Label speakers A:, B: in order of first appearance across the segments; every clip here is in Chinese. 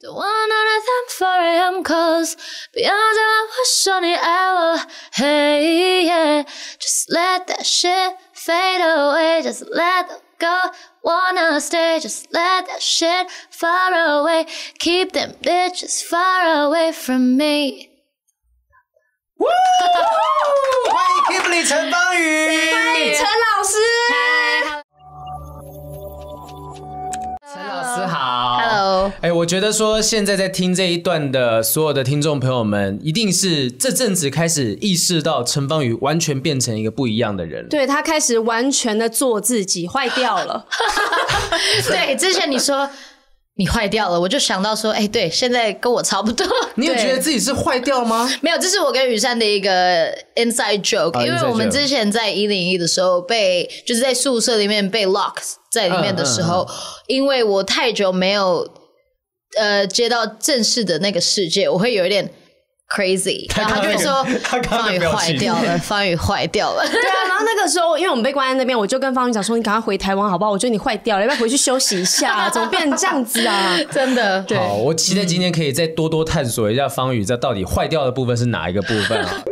A: The one that I thank for him, cause beyond I wish on the hour. Hey, yeah. Just let that shit fade away. Just let them go. Wanna stay. Just let that shit far away. Keep them bitches far away from me.
B: 欢迎 Kipling 陈方宇。
C: 陈老师，
B: 陈老师好。Hello。哎、我觉得说现在在听这一段的所有的听众朋友们，一定是这阵子开始意识到陈方宇完全变成一个不一样的人了。
C: 对他开始完全的做自己，坏掉 了。
A: 对，之前你说你坏掉了，我就想到说，哎、对，现在跟我差不多。
B: 你有觉得自己是坏掉吗？
A: 没有，这是我跟雨珊的一个 inside joke，、
B: 啊
A: 因为
B: inside
A: 我们
B: joke
A: 之前在一零一的时候被就是在宿舍里面被 lock 在里面的时
B: 嗯
A: 候，因为我太久没有呃接到正式的那个世界，我会有一点 crazy，然后
B: 刚
A: 就会说
B: 那个他刚刚
A: 方
B: 的
A: 宇
B: 表情
A: 坏掉了，方宇坏掉了。
C: 对啊，然后那个时候，因为我们被关在那边，我就跟方宇讲说：“你赶快回台湾好不好？我觉得你坏掉了，要不要回去休息一下、怎么变成这样子 啊
A: 真的， 对
B: 好，我期待今天可以再多多探索一下方宇这到底坏掉的部分是哪一个部分啊？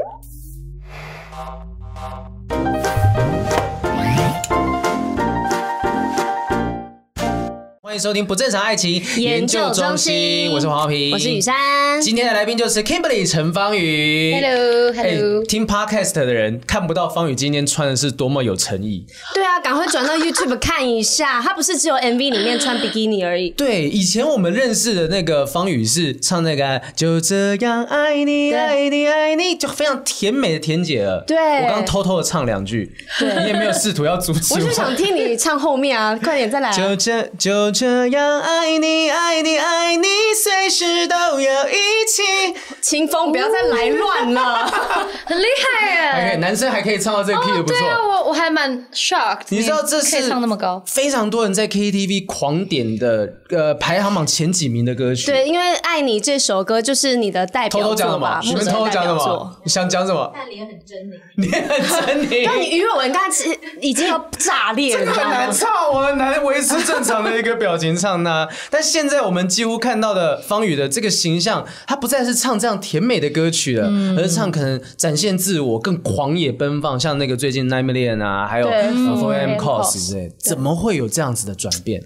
B: 欢迎收听不正常爱情研究中心，我是黄浩？”平，
C: 我是雨。珊，
B: 今天的来宾就是 Kimberly 陈方宇。
A: ，Hello，Hello，、
B: 哎听 podcast 的人看不到方宇今天穿的是多么有诚意。
C: 对啊，赶快转到 YouTube 看一下，他不是只有 MV 里面穿比基尼而已。
B: 对，以前我们认识的那个方宇是唱那个“就这样爱你，爱你，爱你”，就非常甜美的甜姐了。
C: 对
B: 我刚刚偷偷的唱两 句，你也没有试图要阻止
C: 我
B: 我。
C: 就想听你唱后面啊，快点再来、啊。
B: 就这就这样爱你，爱你，爱你，随时都要一起。
C: 清风，不要再来乱 了。
A: 很厉害啊
B: 哎，
A: 耶！
B: 男生还可以唱到这个 key 的不
A: 呃对
B: 错。
A: 啊，我我还蛮 shocked，
B: 你知道这
A: 可以
B: 是
A: 唱那么高，
B: 非常多人在 KTV 狂点的呃排行榜前几名的歌曲。
C: 对，因为《爱你》这首歌就是你的代
B: 偷
C: 表
B: 偷讲
C: 作
B: 什么
C: 吧？？
B: 你
C: 目
B: 们
C: 前
B: 偷偷
C: 的代
B: 讲什
C: 表作
B: 么？。你想讲什么？
D: 但脸很狰狞。
B: 你很狰狞。
C: 然后你鱼尾纹刚才其实已经要炸裂了，你知道
B: 很难
C: 吗？
B: 唱，我很难维持正常的一个表情唱呢。 但现在我们几乎看到的方宇的这个形象，他不再是唱这样甜美的歌曲了，
C: 嗯
B: 而是唱可能展现自我、更狂野奔放，像那个最近《Nine Million》啊，还有《
C: 对嗯
B: For M
C: M
B: Cos》之类，怎么会有这样子的转变？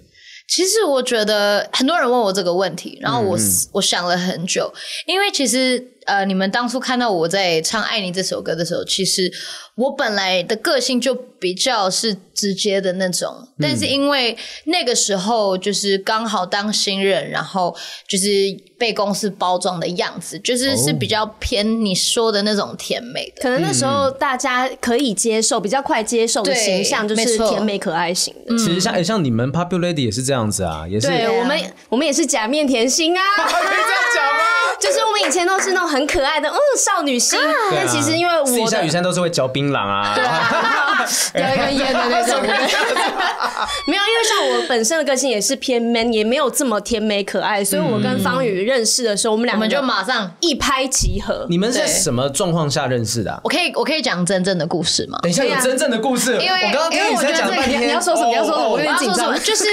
A: 其实我觉得很多人问我这个问题，然后我、我想了很久，因为其实呃，你们当初看到我在唱《爱你》这首歌的时候，其实我本来的个性就比较是直接的那种，但是因为那个时候就是刚好当新人，然后就是被公司包装的样子，就是是比较偏你说的那种甜美的。
C: 可能那时
A: 嗯
C: 候大家可以接受、比较快接受的
A: 对
C: 形象，就
A: 没
C: 是
A: 错
C: 甜美可爱型的。
B: 其实像、诶哎像你们 Popular Lady 也是这样子啊，也是。
C: 嗯对
B: 还
C: 我们，我们也是假面甜 心啊，
B: 可以这样讲吗？
C: 就是我们以前都是那种很可爱的，嗯，少女心。
B: 对啊
C: 但其实因为
B: 私底
C: 我
B: 下
C: 的
B: 雨山都是会嚼槟榔啊，
C: 叼一根烟 的那种，没有，因为像我本身的个性也是偏 man，也没有这么甜美可爱，所以
A: 嗯
C: 我跟方宇认识的时候，我们两
A: 我
C: 个
A: 们就马上，
C: 一拍即合。
B: 你们是在
A: 对
B: 什么状况下认识的、啊？
A: 我可以我可以讲真正的故事吗？
B: 等一下，有真正的故事。
A: 因为
B: 我刚刚听
A: 啊因为
B: 你
A: 我
B: 在
A: 觉得
B: 讲
A: 这个
B: 半天，
C: 你要说什么
B: 哦
C: 你要说什么
B: 哦
C: 我有点
A: 我要
C: 紧
A: 说什
C: 张
A: 么？就是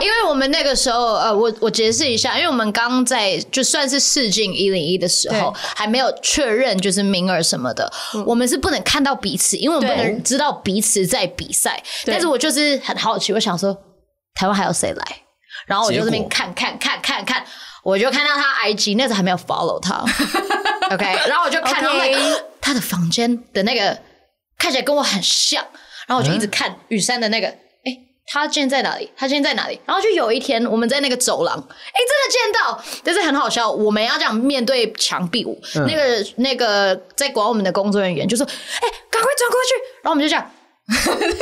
A: 因为我们那个时候，呃，我我解释一下，因为我们刚在就算是试镜一零一的时候，还没有确认就是名额什么的，
C: 嗯
A: 我们是不能看到彼此，因为我们
C: 对
A: 不能知道彼此在比赛。
C: 对
A: 但是我就是很好奇，我想说台湾还有谁来？然后我就这
B: 结
A: 边
B: 果
A: 看看看看看，我就看到他 IG 那时候还没有 follow 他 ，OK，然后我就看
C: OK
A: 到那个他的房间的那个看起来跟我很像，然后我就一直看雨山的那个，哎、他现在在哪里？他现在在哪里？然后就有一天我们在那个走廊，哎、真的见到，但是很好笑，我们要这样面对墙壁，那个那个在管我们的工作人员就说，哎、赶快转过去，然后我们就这样。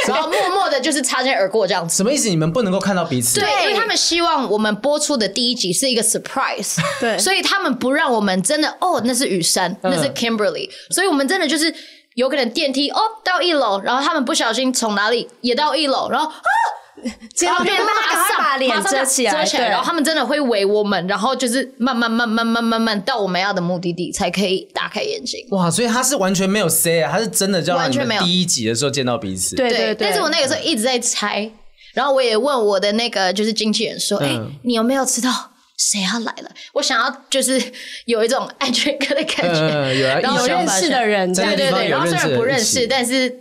A: 然后默默的，就是擦肩而过这样子。
B: 什么意思？你们不能够看到彼此？
A: 对，因为他们希望我们播出的第一集是一个 surprise，
C: 对嗯
A: 所以他们不让我们真的哦，那是雨山，那是 Kimberly，、所以我们真的就是有可能电梯哦到一楼，然后他们不小心从哪里也到一楼，然后啊，
C: 结
A: 然
C: 果
A: 后就
C: 变大家赶
A: 马
C: 快
A: 上
C: 把脸
A: 马上
C: 遮起来，
A: 遮起来，
C: 对
A: 然后他们真的会围我们，然后就是慢慢慢慢慢慢慢到我们要的目的地才可以打开眼睛。
B: 哇，所以他是完全没有 say 啊，他是真的叫
A: 完
B: 你
A: 全
B: 们
A: 没有
B: 第一集的时候见到彼此。
C: 对对对。
A: 但是我那个时候一直在猜，然后我也问我的那个就是经纪人说：“哎、
B: 嗯
A: 你有没有吃到谁要来了？我想要就是有一种安全感的感觉，
B: 嗯有啊
A: 然后
B: 有
C: 认识的人
A: 对对
B: 在那地方
A: 对，
B: 有
A: 然后虽
B: 认识的
A: 然
B: 人
A: 不认
B: 一起
A: 识，但是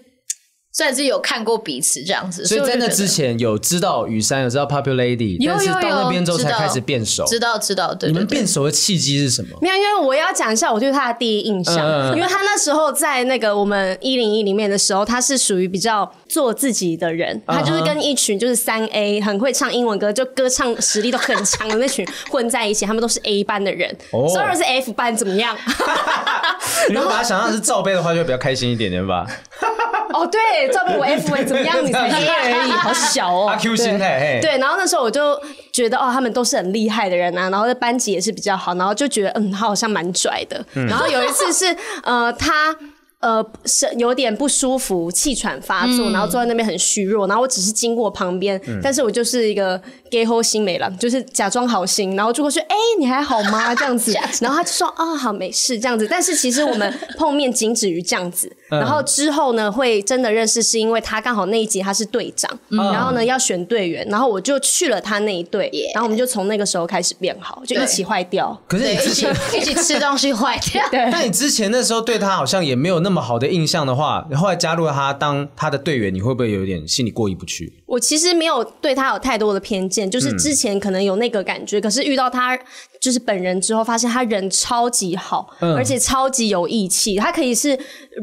A: 算是有看过彼此这样子，
B: 所以
A: 我
B: 在
A: 就
B: 那
A: 觉得
B: 之前有知道雨山，有知道 Popular Lady，
A: 有
B: 但是
A: 有
B: 到那
A: 有
B: 边之后才
A: 知道
B: 开始变熟。
A: 知道知道，对
B: 你们
A: 对对
B: 变熟的契机是 什么？
C: 没有，因为我要讲一下我对他的第一印象，
B: 嗯嗯嗯
C: 因为他那时候在那个我们一零一里面的时候，他是属于比较做自己的人，
B: 嗯哼
C: 他就是跟一群就是三 A 很会唱英文歌，就歌唱实力都很强的那群混在一起，他们都是 A 班的人，
B: 哦
C: 虽然是 F 班怎么 样？
B: 你们把它想象是罩杯的话，就会比较开心一点点吧。
C: 哦，对，照顾我 F 班怎么样？你才 A 而已，好小哦。
B: 阿 Q 心态，嘿，
C: 对，然后那时候我就觉得哦，他们都是很厉害的人啊，然后在班级也是比较好，然后就觉得嗯，他好像蛮拽的。然后有一次是呃，他。呃，是有点不舒服，气喘发作，然后坐在那边很虚弱，然后我只是经过旁边，但是我就是一个 gay 后心没了，就是假装好心，然后就过去，哎、你还好吗？这样子，然后他就说，啊、好，没事，这样子。但是其实我们碰面仅止于这样子，然后之后呢，会真的认识，是因为他刚好那一集他是队长，然后呢要选队员，然后我就去了他那一队
A: Yeah
C: 然后我们就从那个时候开始变好，就一起坏掉。
B: 可是
A: 对
B: 你之前，
A: 一起一起吃东西坏掉，
C: 对，
B: 但你之前那时候对他好像也没有那么好的印象的话，后来加入他当他的队员，你会不会有点心里过意不去？
C: 我其实没有对他有太多的偏见，就是之前可能有那个感觉，可是遇到他就是本人之后，发现他人超级好，而且超级有义气。他可以是，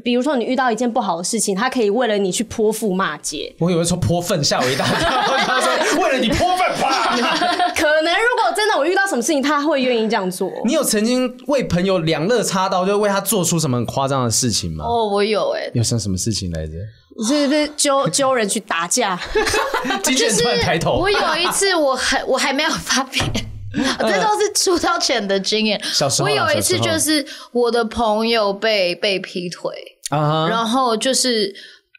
C: 比如说你遇到一件不好的事情，他可以为了你去泼妇骂街，
B: 我以为说泼粪，吓我一大跳。他说为了你泼粪吧。
C: 可能如果真的我遇到什么事情，他会愿意这样 做。
B: 你有曾经为朋友两肋插刀，就为他做出什么很夸张的事情吗？
A: 哦，我有哎、
B: 有像什么事情来 着？
C: 你是不是揪揪人去打架？
B: 经纪人突然抬头，
A: 我有一次我还 我还没有发片。这都是出道前的经验。
B: 嗯小时候
A: 我
B: 啦
A: 有
B: 小
A: 一次
B: 时候
A: 就是我的朋友被被劈腿，
B: 啊哈，
A: 然后就是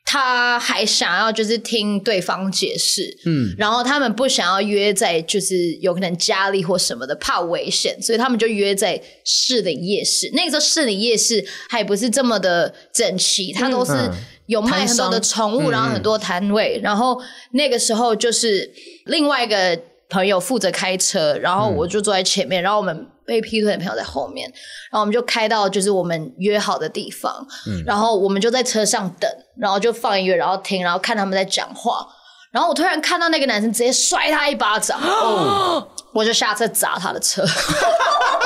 A: 他还想要就是听对方解释，嗯，然后他们不想要约在就是有可能家里或什么的，怕危险，所以他们就约在市里夜市。那个时候市里夜市还不是这么的整齐，它都是
B: 嗯
A: 有卖
B: 摊嗯
A: 很多的宠物，然后很多摊位，然后那个时候就是另外一个。朋友负责开车，然
B: 嗯
A: 后我就坐在前面，然后我们被劈腿的朋友在后面，然后我们就开到就是我们约好的地方，
B: 嗯
A: 然后我们就在车上等，然后就放音乐，然后听，然后看他们在讲话。然后我突然看到那个男生直接摔他一巴掌，
B: 哦
A: 我就下车砸他的车。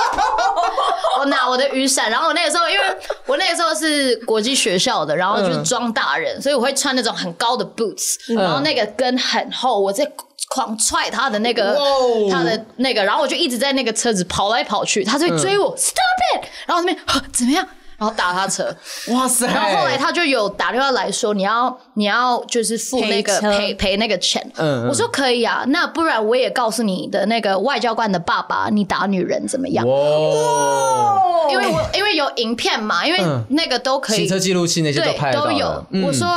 A: 我拿我的雨伞，然后我那个时候，因为我那个时候是国际学校的，然后就是装大人，所以我会穿那种很高的 boots，、然
B: 嗯
A: 后那个跟很厚，我在狂踹他的那个
B: 哇哦
A: 他的那个，然后我就一直在那个车子跑来跑去，他就会追我、s t o p it！然后那边呵怎么样？然后打他车，
B: 哇塞！
A: 然后后来他就有打电话来说，你要你要就是付那
C: 赔
A: 个
C: 车
A: 赔赔那个钱。
B: 嗯嗯
A: 我说可以啊，那不然我也告诉你的那个外交官的爸爸，你打女人怎么样？
B: 哇，
A: 因为我因为有影片嘛，因为
B: 嗯
A: 那个都可以，
B: 行车记录器那些都拍得
A: 对
B: 到嗯
A: 都
B: 的
A: 有。我说。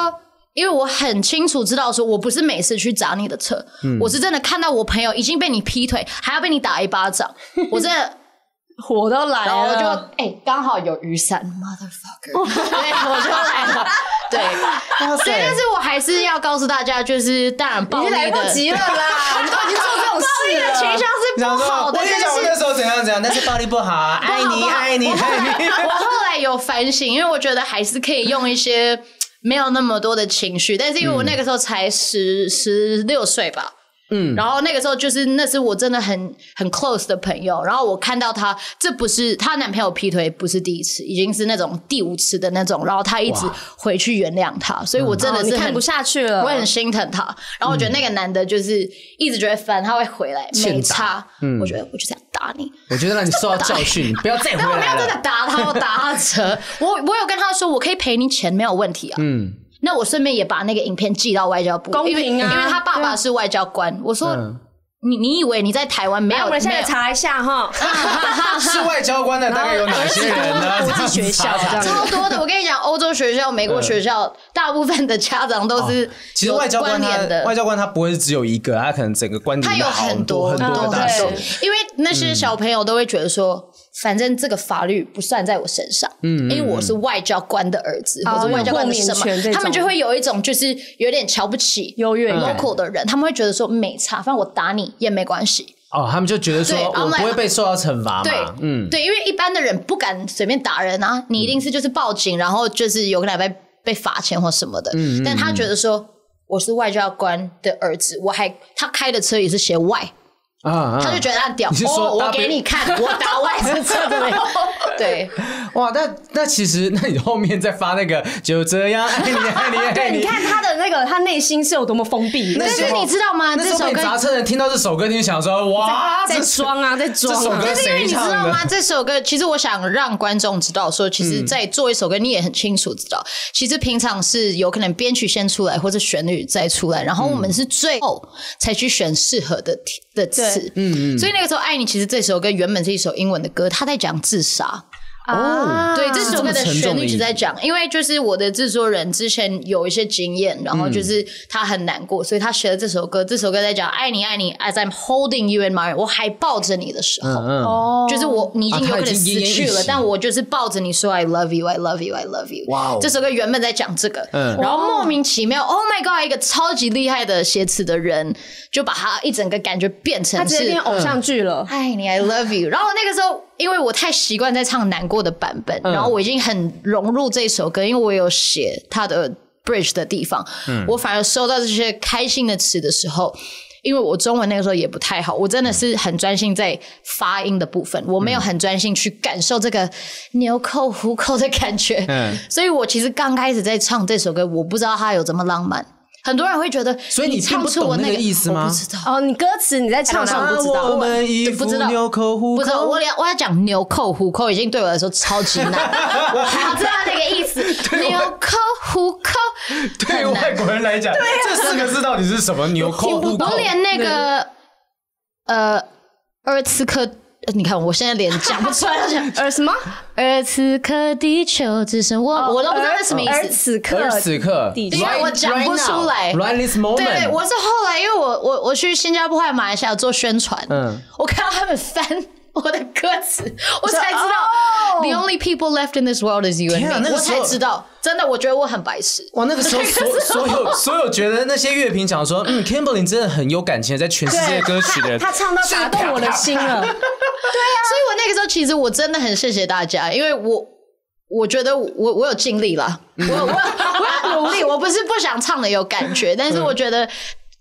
A: 因为我很清楚知道，说我不是每次去砸你的车，
B: 嗯
A: 我是真的看到我朋友已经被你劈腿，还要被你打一巴掌，我真的
C: 火都来
A: 然后我就
C: 了，
A: 哎，刚、好有雨伞，motherfucker，对，我就来了，对，所以但是我还是要告诉大家，就是当然暴
C: 已
A: 力
C: 经
A: 的
C: 来不及了 啦！你都已经做这种事
A: 的倾
C: 了哦
A: 向。是不
B: 想说，
A: 好
B: 我
A: 的，
B: 跟你讲，我那
A: 但是。
B: 时候怎样怎样，但是暴力不好啊，爱
A: 不
B: 你
A: 好
B: 爱你爱你。
A: 我后来有反省，因为我觉得还是可以用一些没有那么多的情绪，但是因为我那个时候才十十六岁吧。嗯，然后那个时候就是，那是我真的很很 close 的朋友。然后我看到她，这不是她男朋友劈腿，不是第一次，已经是那种第五次的那种。然后她一直
B: 哇嗯
A: 回去原谅他，所以我真的
C: 哦
A: 是
C: 你
A: 很、
C: 看不下去了，
A: 我很心疼他。然后我觉得那个男的就是一直觉得烦，他会回来
B: 欠打嗯
A: 没差。我觉得我就想打你，
B: 我觉得让你受到教训， 你不要再回
A: 但我没
B: 来
A: 有真的
B: 了。
A: 打他，我打他折。 我我有跟他说，我可以赔你钱，没有问题啊。嗯，那我顺便也把那个影片寄到外交部，
C: 公平啊
A: 因为因为他爸爸是外交官。我说，
B: 嗯
A: 你你以为你在台湾没
C: 来，
A: 有？
C: 哎我们现在
A: 没有
C: 查一下 哈，
B: 是外交官的大概有哪些人呢？
C: 国际学校这样
A: 超多的，我跟你讲，欧洲学校、美国学校，大部分的家长都是
B: 哦其实外交官
A: 有
B: 他
A: 关联的，
B: 外交官他不会是只有一个，他可能整个官
A: 他
B: 僚
A: 有
B: 很
A: 很
B: 嗯
A: 多
B: 很多
A: 很
B: 个
A: 多
B: 大嗯
C: 对
B: 学
A: 很。多因为那些小朋友都会觉得说。反正这个法律不算在我身上，
B: 嗯
A: 因为我是外交官的儿子，
C: 哦
A: 或者外交官的什
C: 有豁免权这种
A: 么，他们就会有一种就是有点瞧不起
C: 优越感
A: local 的人，他们会觉得说没差，反正我打你也没关系。
B: 哦，他们就觉得说
A: 对然后
B: 我不会
A: 来
B: 被受到惩罚
A: 对
B: 嘛，，嗯，
A: 对，因为一般的人不敢随便打人啊，你一定是就是报警，然后就是有个礼拜被罚钱或什么的。
B: 嗯
A: 但他觉得说我是外交官的儿子，我还他开的车也是写外，
B: 啊啊，
A: 他就觉得他很屌。
B: 你是说
A: 哦，我
B: 搭配
A: 给你看，我打外是车 的。对，
B: 哇，那那其实，那你后面再发那个就这样哎爱你爱你爱
C: 对，你
B: 你，
C: 看他的那个，他内心是有多么封闭，
B: 那
A: 但
B: 时候
A: 是你知道吗？
B: 那
A: 这
B: 时候
A: 首
B: 被
A: 歌
B: 砸车的人听到这首歌，你就想说哇，
C: 在
B: 这
C: 装啊，在装
B: 这首
C: 啊
B: 歌。
A: 但是因为你知道
B: 谁
A: 吗
B: 唱？
A: 这首歌其实我想让观众知道，说其
B: 嗯
A: 实，在做一首歌，你也很清楚知道，其实平常是有可能编曲先出来，或者旋律再出来，然后我们是最后才去选适合的题的词。嗯嗯。所以那个时候，《爱你》其实这首歌原本是一首英文的歌，他在讲自杀。
C: 啊
A: 对，这首歌
B: 哦这
A: 的
B: 么沉重
A: 旋
B: 的
A: 律
B: 意义
A: 一直在讲，因为就是我的制作人之前有一些经验，然后
B: 嗯
A: 就是他很难过，所以他写了这首歌。这首歌在讲爱你爱你，as I'm holding you in my，arm，我还抱着你的时
B: 嗯
A: 候，
C: 哦
A: 就是我你已经有可
B: 啊他
A: 能
B: 已经奄
A: 死
B: 奄一
A: 去了，
B: 息
A: 但我就是抱着你说 I love you，I love you，I love you。
B: 哇哦
A: 这首歌原本在讲这个，
B: 嗯
A: 然后莫名其妙，Oh my God，一个超级厉害的写词的人，就把他一整个感觉变成
C: 他直接
A: 是嗯
C: 变偶像剧了。
A: 爱哎你，I love you。然后那个时候，因为我太习惯在唱难过的版本，
B: 嗯
A: 然后我已经很融入这首歌，因为我有写它的 bridge 的地方，
B: 嗯
A: 我反而收到这些开心的词的时候。因为我中文那个时候也不太好，我真的是很专心在发音的部分，我
B: 嗯
A: 没有很专心去感受这个纽扣虎口的感觉。
B: 嗯
A: 所以我其实刚开始在唱这首歌，我不知道它有这么浪漫。很多人会觉得，
B: 所以你并
A: 唱
B: 不
A: 出我
B: 懂那
A: 那
B: 个意思吗
A: 我不知道。
C: 哦，你歌词你在唱什
A: 啊
C: 么不知
B: 我
C: 道？
B: 们衣服
A: 不知道
B: 纽扣虎
A: 不是，
B: 口，
A: 我连我要讲纽扣虎扣已经对我来说超级难， 我还知道那个意思。纽扣虎扣，
B: 对于外
A: 很难啊
B: 国人来讲，这四个字到底是什么？纽扣虎口
A: 我，连那个呃二次克，呃你看我现在连讲不出来，我 想
C: 呃，什么？
A: 二次克地球只剩
B: 哦
A: 我，我都不知道那什么意
C: 而呃
A: 思，
C: 此刻，
B: 而此刻，
C: 底
A: 因为我讲不出来。
B: ，right this
A: 对
B: moment，
A: 对，我是后来，因为我我我去新加坡还有马来西亚做宣传，
B: 嗯
A: 我看到他们翻我的歌词，我才知
C: 哦
A: 道、The only people left in this world is you and
B: 天
A: me，、
B: 啊那个
A: 我
B: 时候
A: 才知道，真的，我觉得我很白痴。
B: 哇，那个时 候所所有所有觉得那些乐评讲说，嗯 k i m b e r l y 真的很有感情，在全世界歌曲 的人，
C: 他唱到打动我的心了。
A: 所以我那个时候其实我真的很谢谢大家，因为我我觉得我我有尽力了，我我我要努力，我不是不想唱的有感觉，但是我觉得。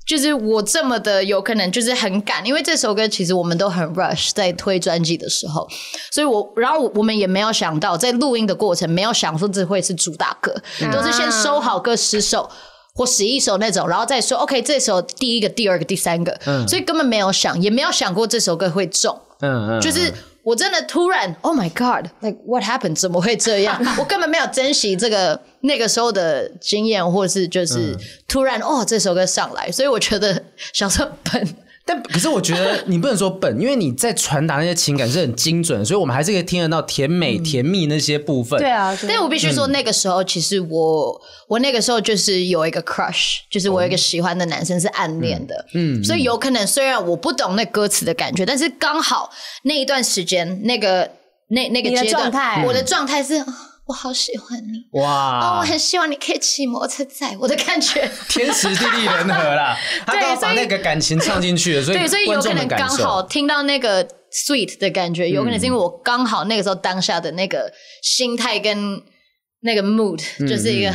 A: 就是我这么的有可能就是很赶，因为这首歌其实我们都很 rush 在推专辑的时候，所以我然后我们也没有想到在录音的过程没有想说这会是主打歌，都是先收好歌十首或十一首那种，然后再说 OK 这首第一个、第二个、第三个，所以根本没有想也没有想过这首歌会中，
B: 嗯嗯，
A: 就是我真的突然，Oh my God，like what happened？怎么会这 样？我根本没有珍惜这个那个时候的经验，或是就是突然哦，这首歌上来，所以我觉得小时候 本
B: 但可是我觉得你不能说笨，因为你在传达那些情感是很精准的，所以我们还是可以听得到甜美、
A: 嗯
B: 甜蜜那些部分。
C: 对，啊，
A: 但我必须说，那个时候其实我我那个时候就是有一个 crush，就是我有一个喜欢的男生是暗恋的，嗯，所以有可能虽然我不懂那歌词的感觉，但是刚好那一段时间那个。那那个
C: 你的
A: 阶段，
C: 状态
A: 我的状态是，啊我好喜欢你，哦，我
B: 哇，
A: 很希望你可以骑摩托车载我的感 觉。
B: 天时地利人和 啦，他刚好把那个感情唱进去了，所以
A: 对，所以
B: 观
A: 有可
B: 众的
A: 能
B: 感
A: 刚好
B: 受。嗯
A: 听到那个 sweet 的感觉，有可能是因为我刚好那个时候当下的那个心态跟那个 mood
B: 嗯
A: 就是一个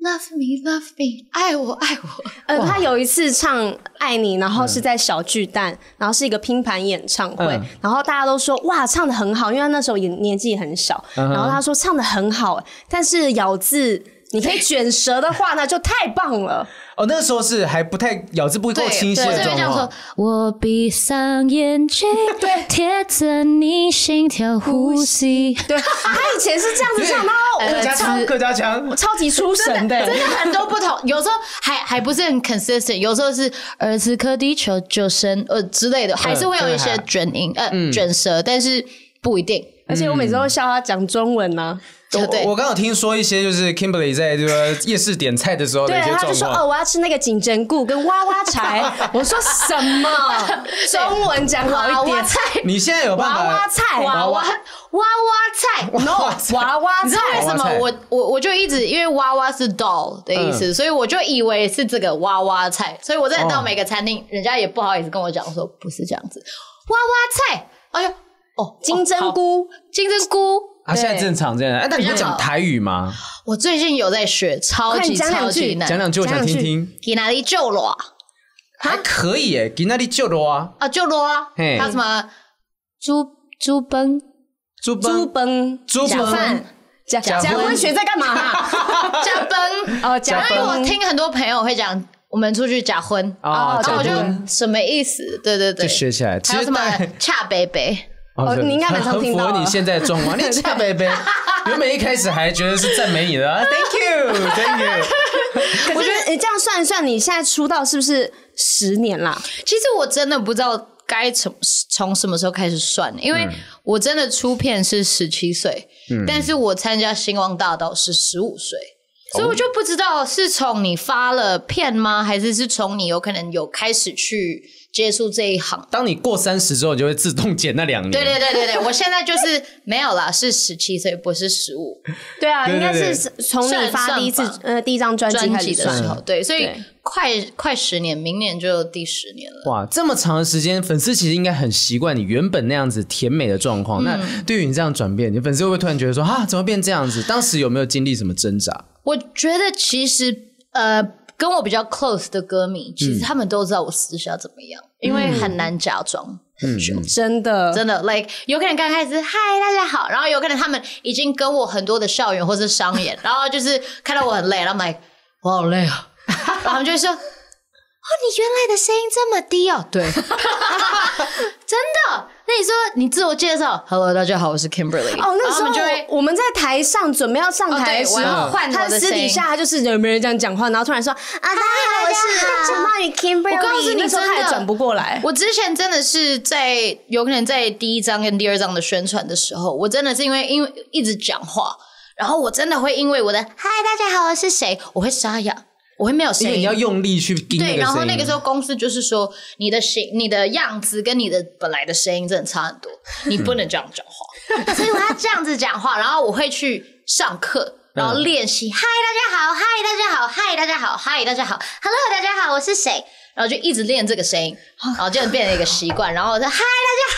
A: love me love me 爱我爱 我。
C: 呃，他有一次唱《爱你》，然后是在小巨蛋，然后是一个拼盘演唱会，
B: 嗯
C: 然后大家都说哇唱的很好，因为他那时候也年纪很小，然后他说唱的很好，但是咬字你可以卷舌的话呢，就太棒 了。
B: 哦，那时候是还不太咬字不够
A: 对，
B: 清晰哦
A: 我
B: 的
A: 这边
B: 状
A: 这样
B: 况
A: 说。，我闭上眼 睛，贴着你心跳呼吸。
C: 对，他以前是这样子哎唱，然 后
B: 客
A: 呃
B: 家腔，客家腔，
C: 超级出神的，
A: 真的很多不同，有时候还还不是很 consistent，有时候是呃
B: 嗯
A: 此刻地球就生呃之类的，还是会有一些卷音呃卷舌，但是不一定。
C: 而且我每次都笑他讲中文啊呢、
A: 对对
B: 我我刚有听说一些就是 Kimberly 在这个夜市点菜的时候的
C: 对
B: 一些，
C: 他就
B: 状
C: 说哦，
B: 况。
C: 我要吃那个金针菇跟娃娃柴。 我说什么？中文讲好
A: 娃
C: 一
A: 娃
C: 点。
A: 菜，
B: 你现在有办
C: 娃
B: 法
C: 娃菜，
A: 娃娃娃娃菜。
C: no 娃娃
A: 你知道为
C: 菜，
A: 什
B: 娃娃
A: 么
B: 菜嗯
A: 我我我就一直因为娃娃是 doll 的意思，所以我就以为是这个娃娃菜，所以我真的到
B: 哦
A: 每个餐厅，人家也不好意思跟我讲说不是这样子，娃娃菜，哎呦，哦，
C: 金针菇
A: 哦金针菇，
B: 啊，现在正常这样。哎，那你会讲台语吗？
A: 我最近有在学，超
C: 快
A: 级
C: 你讲两
A: 超级
C: 句
A: 难
B: 讲，两句我想
C: 讲两
B: 听
C: 句
B: 听。
A: 给哪里救了啊
B: 还可以哎，给那里救了啊，
A: 啊？救了啊？
B: 嘿
A: 还有什么猪猪崩
B: 猪奔
C: 猪崩
B: 猪
A: 假
B: 奔
A: 饭
C: 假
B: 假
C: 假
B: 婚
C: 婚学在干嘛啊？
A: 假崩？
C: 哦，
A: 因
C: 假
A: 为我
C: 婚
A: 听很多朋友会讲，我们出去假婚，
B: 啊，
C: 哦
A: 然
B: 假
A: 后我就
B: 婚
A: 什么意思？对对对，
B: 就学起来。其
A: 还有
B: 实
A: 什么
B: 大概
A: 恰北北？
C: 哦
B: 对
C: 你应该蛮常
B: 很
C: 听到
B: 符合你
C: 啊
B: 现在的状况，你恰贝贝，原本一开始还觉得是赞美你的啊，Thank you，Thank you。
C: 我觉得你这样算一算，你现在出道是不是十年啦？
A: 其实我真的不知道该从从什么时候开始算，因为我真的出片是十七岁，但是我参加星光大道是十五岁。所以我就不知道是从你发了片吗，还是是从你有可能有开始去接触这一行？
B: 当你过三十之后，你就会自动减那两年。
A: 对对对对对，我现在就是没有啦，是十七岁，不是十五。
C: 对啊，
B: 对
C: 应
B: 对
C: 该
B: 对
C: 是从你
A: 算
C: 发
A: 算
C: 第一次
A: 吧
C: 呃第一张专辑
A: 专
C: 开
A: 辑
C: 始
A: 的时
C: 算。
A: 候，对，所以
C: 对
A: 快快十年，明年就第十年了。
B: 哇，这么长的时间，粉丝其实应该很习惯你原本那样子甜美的状况。那对于你这样转变，你粉丝会不会突然觉得说啊，怎么变这样子？当时有没有经历什么挣扎？
A: 我觉得其实呃，跟我比较 close 的歌迷，
C: 嗯
A: 其实他们都知道我私下怎么样，因为很难假装
C: 嗯
A: 很久。
C: 真的，
A: 真的，like 有可能刚开始嗨大家好，然后有可能他们已经跟我很多的校园或是 商演，然后就是看到我很累，然后 I'm like 我好累啊，然后他们就会说哦你原来的声音这么低哦，对， 真的。那你说你自我介绍，Hello 大家好，我是 Kimberly。
C: 哦，那
A: 然后
C: 时
A: 他
C: 候
A: 们就会
C: 我我们在台上准备要上台的时
A: 哦对我
C: 候
A: 要，换
C: 他
A: 我的
C: 私
A: 声
C: 底
A: 音
C: 下他就是有没有人这样讲话，然后突然说啊，大家好，我是陈浩宇 Kimberly。
A: 我告诉你
C: 那时候
A: 真
C: 他
A: 的
C: 也转不过来，
A: 我之前真的是在有可能在第一章跟第二章的宣传的时候，我真的是因为因为一直讲话，然后我真的会因为我的嗨大家好我是谁，我会沙哑，我会没有
B: 因
A: 声
B: 为你
A: 音
B: 要。用力去盯那
A: 对，
B: 个
A: 然后
B: 声
A: 那
B: 音
A: 个时候公司就是说，你的形、你的样子跟你的本来的声音真的差很 多，你不能这样讲话，所以我要这样子讲话。然后我会去上
B: 嗯
A: 课，然后练习，嗨大家好，嗨大家好，嗨大家好，嗨大家好，hello 大家好，我是谁？然后就一直练这个声 音，然后就变成一个习惯。然后我说嗨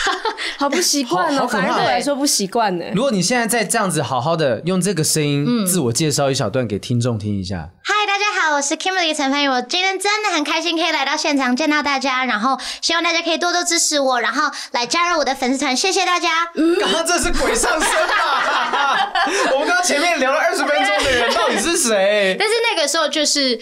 A: 大家好，
C: 好不习惯
B: 好好
C: 哦，
B: 可怕欸
C: 反而对我来说不习惯呢。
B: 如果你现在再这样子好好的用这个声音自我介绍一小段给听众听一下，
A: 嗨，大家好，我是 Kimberly 陈帆宇，我今天真的很开心可以来到现场见到大家，然后希望大家可以多多支持我，然后来加入我的粉丝团，谢谢大家。
B: 刚刚这是鬼上身吧？我们刚刚前面聊了二十分钟的人到底是谁？
A: 但是那个时候就是。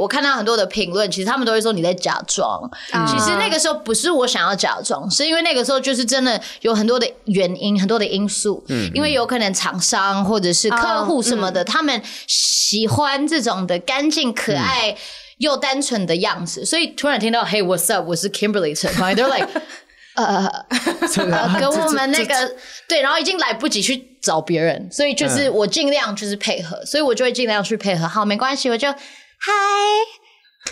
A: 我看到很多的评论，其实他们都会说你在假装。其实那个时候不是我想要假装，是因为那个时候就是真的有很多的原因、很多的因素。因为有可能厂商或者是客户什么的，他们喜欢这种的干净、可爱又单纯的样子，所以突然听到 “Hey, what's up？” 我是 Kimberly 陈芳，they're like，呃，
B: 啊
A: 呃，跟我们那个对，然后已经来不及去找别人，所以就是
B: 嗯
A: 我尽量就是配合，所以我就会尽量去配合。好，没关系，我就嗨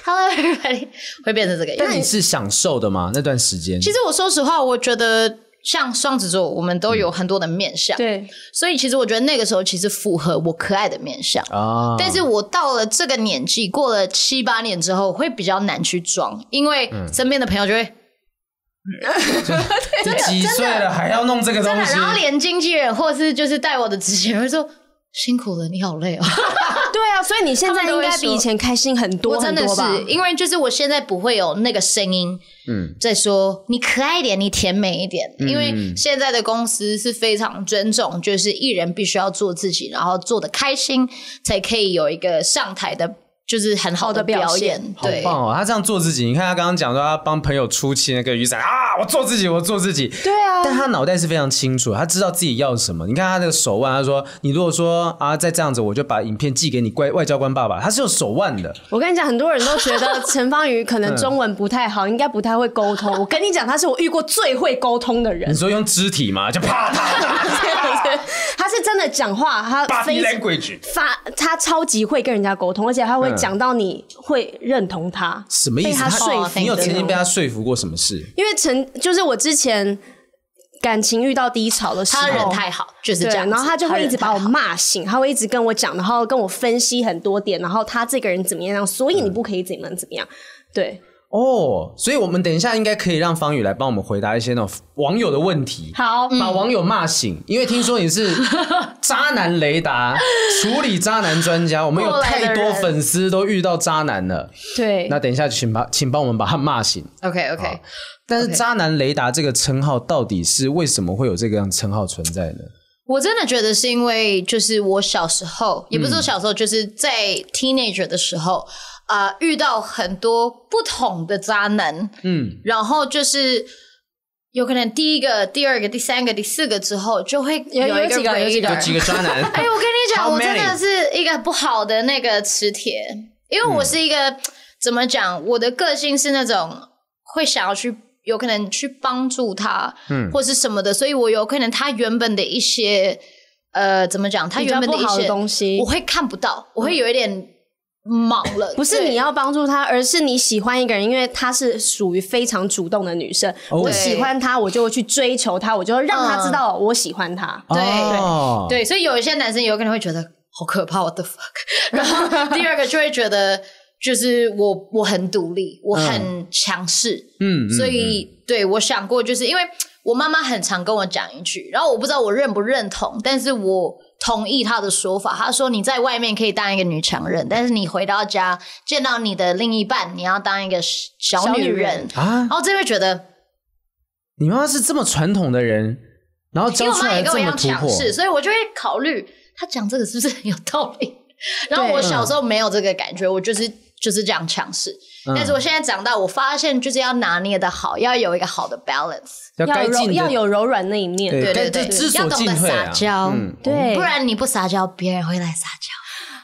A: ，hello everybody，会 变成这个样
B: 但
A: 子。
B: 你是享受的吗？那段时间，
A: 其实我说实话，我觉得像双子座，我们
B: 嗯
A: 都有很多的面相，
C: 对，
A: 所以其实我觉得那个时候其实符合我可爱的面相。
B: 啊，
A: 但是我到了这个年纪，过了七八年之后，会比较难去装，因为
B: 嗯
A: 身边的朋友就会
B: 你几岁了还要弄这个
A: 真的，
B: 东西
A: 然？后连经纪人或是就是带我的职前会说辛苦了，你好累 哦。
C: 对啊，所以你现在
A: 他们都
C: 应
A: 会
C: 该比以前开心很多
A: 我
C: 很
A: 真的
C: 多
A: 是
C: 吧？
A: 因为就是我现在不会有那个声音，嗯，在说你可爱一点，你甜美一点，
B: 嗯
A: 因为现在的公司是非常尊重，就是艺人必须要做自己，然后做的开心，才可以有一个上台的就是很好的表演，
B: 好
A: 对，
B: 棒哦！他这样做自己，你看他刚刚讲说他帮朋友出气那个雨伞啊，我做自己，我做自己。对啊，但他脑袋是非常清楚，他知道自己要什么。你看他那个手腕，他说你如果说啊再这样子，我就把影片寄给你外外交官爸爸，他是有手腕的。
C: 我跟你讲，很多人都觉得陈芳宇可能
B: 嗯
C: 中文不太好，应该不太会沟通。我跟你讲，他是我遇过最会沟通的人
B: 你。说用肢体嘛，就啪啪啪
C: 他是真的讲话， 他非
B: body language
C: 发他超级会跟人家沟通，而且他会
B: 嗯
C: 讲到你会认同他。
B: 什么意
A: 被
B: 思？
A: 他说服
B: 你有
A: 的
B: 曾经
A: 那
B: 被他说服过什么事？
C: 因为陈就是我之前感情遇到低潮的时候，
A: 他人太好，就是
C: 对，
A: 这样子。
C: 然后他就会一直把我
A: 人太好
C: 骂醒，他会一直跟我讲，然后跟我分析很多点，然后他这个人怎么样，所以你不可以怎么样怎么样。对，
B: 哦，所以我们等一下应该可以让方宇来帮我们回答一些那种网友的问题。
C: 好，
B: 把网友骂醒，因为听说你 是渣男雷达处理渣男专家，我们有
A: 过来的
B: 太多
A: 人
B: 粉丝都遇到渣男了。
C: 对
B: 那等一下，请把请帮我们把他骂醒。
A: OK OK，
B: 好但是
A: OK
B: 渣男雷达这个称号到底是为什么会有这个样称号存在呢？
A: 我真的觉得是因为就是我小时候，也不
C: 嗯
A: 是说小时候，就是在 teenager 的时候，啊，遇到很多不同的渣男，
B: 嗯，
A: 然后就是。有可能第一个、第二个、第三个、第四个之后，就会
C: 有
A: 有一
C: 有几个有几个
B: 有几个渣男？
A: 哎，我跟你讲，
B: How
A: 我真
B: many？
A: 的是一个不好的那个磁铁，因为
B: 嗯
A: 我是一个、怎么讲，我的个性是那种会想要去。有可能去帮助他，嗯，或是什么的，所以我有可能他原本的一些，呃，怎么讲，他
C: 比较
A: 原本
C: 不
A: 一
C: 好的
A: 些
C: 东西
A: 我会看不到，我会有一点莽了。
C: 不是
A: 对
C: 你要帮助他，而是你喜欢一个人，因为她是属于非常主动的女生。
B: 哦
C: 我喜欢她，我就会去追求她，我就会让她知道我喜欢她。
A: 对
B: 哦，
A: 对，所以有一些男生有可能会觉得好可怕，what the fuck。然后第二个就会觉得，就是我我很独立，我很强势，
B: 嗯，嗯
A: 所以对我想过，就是因为我妈妈很常跟我讲一句，然后我不知道我认不认同，但是我同意她的说法。她说你在外面可以当一个女强人，但是你回到家见到你的另一半，你要当一个小
C: 小
A: 女
C: 女
A: 人
C: 人。
B: 啊
A: 然，后这边觉得，
B: 你妈妈是这么传统的人，然后
A: 因为
B: 教
A: 我
B: 出
A: 妈
B: 来
A: 也跟
B: 这
A: 我一
B: 么
A: 样
B: 突
A: 强
B: 破，
A: 势，所以我就会考虑她讲这个是不是很有道理。然后
C: 对
A: 我
B: 嗯
A: 小时候没有这个感觉，我就是就是这样强势。
B: 嗯
A: 但是我现在长大，我发现就是要拿捏的好，要有一个好的 balance，
B: 要
C: 要
B: 该
C: 柔
B: 进的
C: 要有柔软那一面，
B: 对
A: 对
B: 该
A: 对
B: 就
A: 对
B: 知所
A: 要懂
B: 进
A: 得
B: 退
A: 撒
B: 啊，
A: 娇
B: 嗯
C: 对
A: 不然你不撒娇，别人会来撒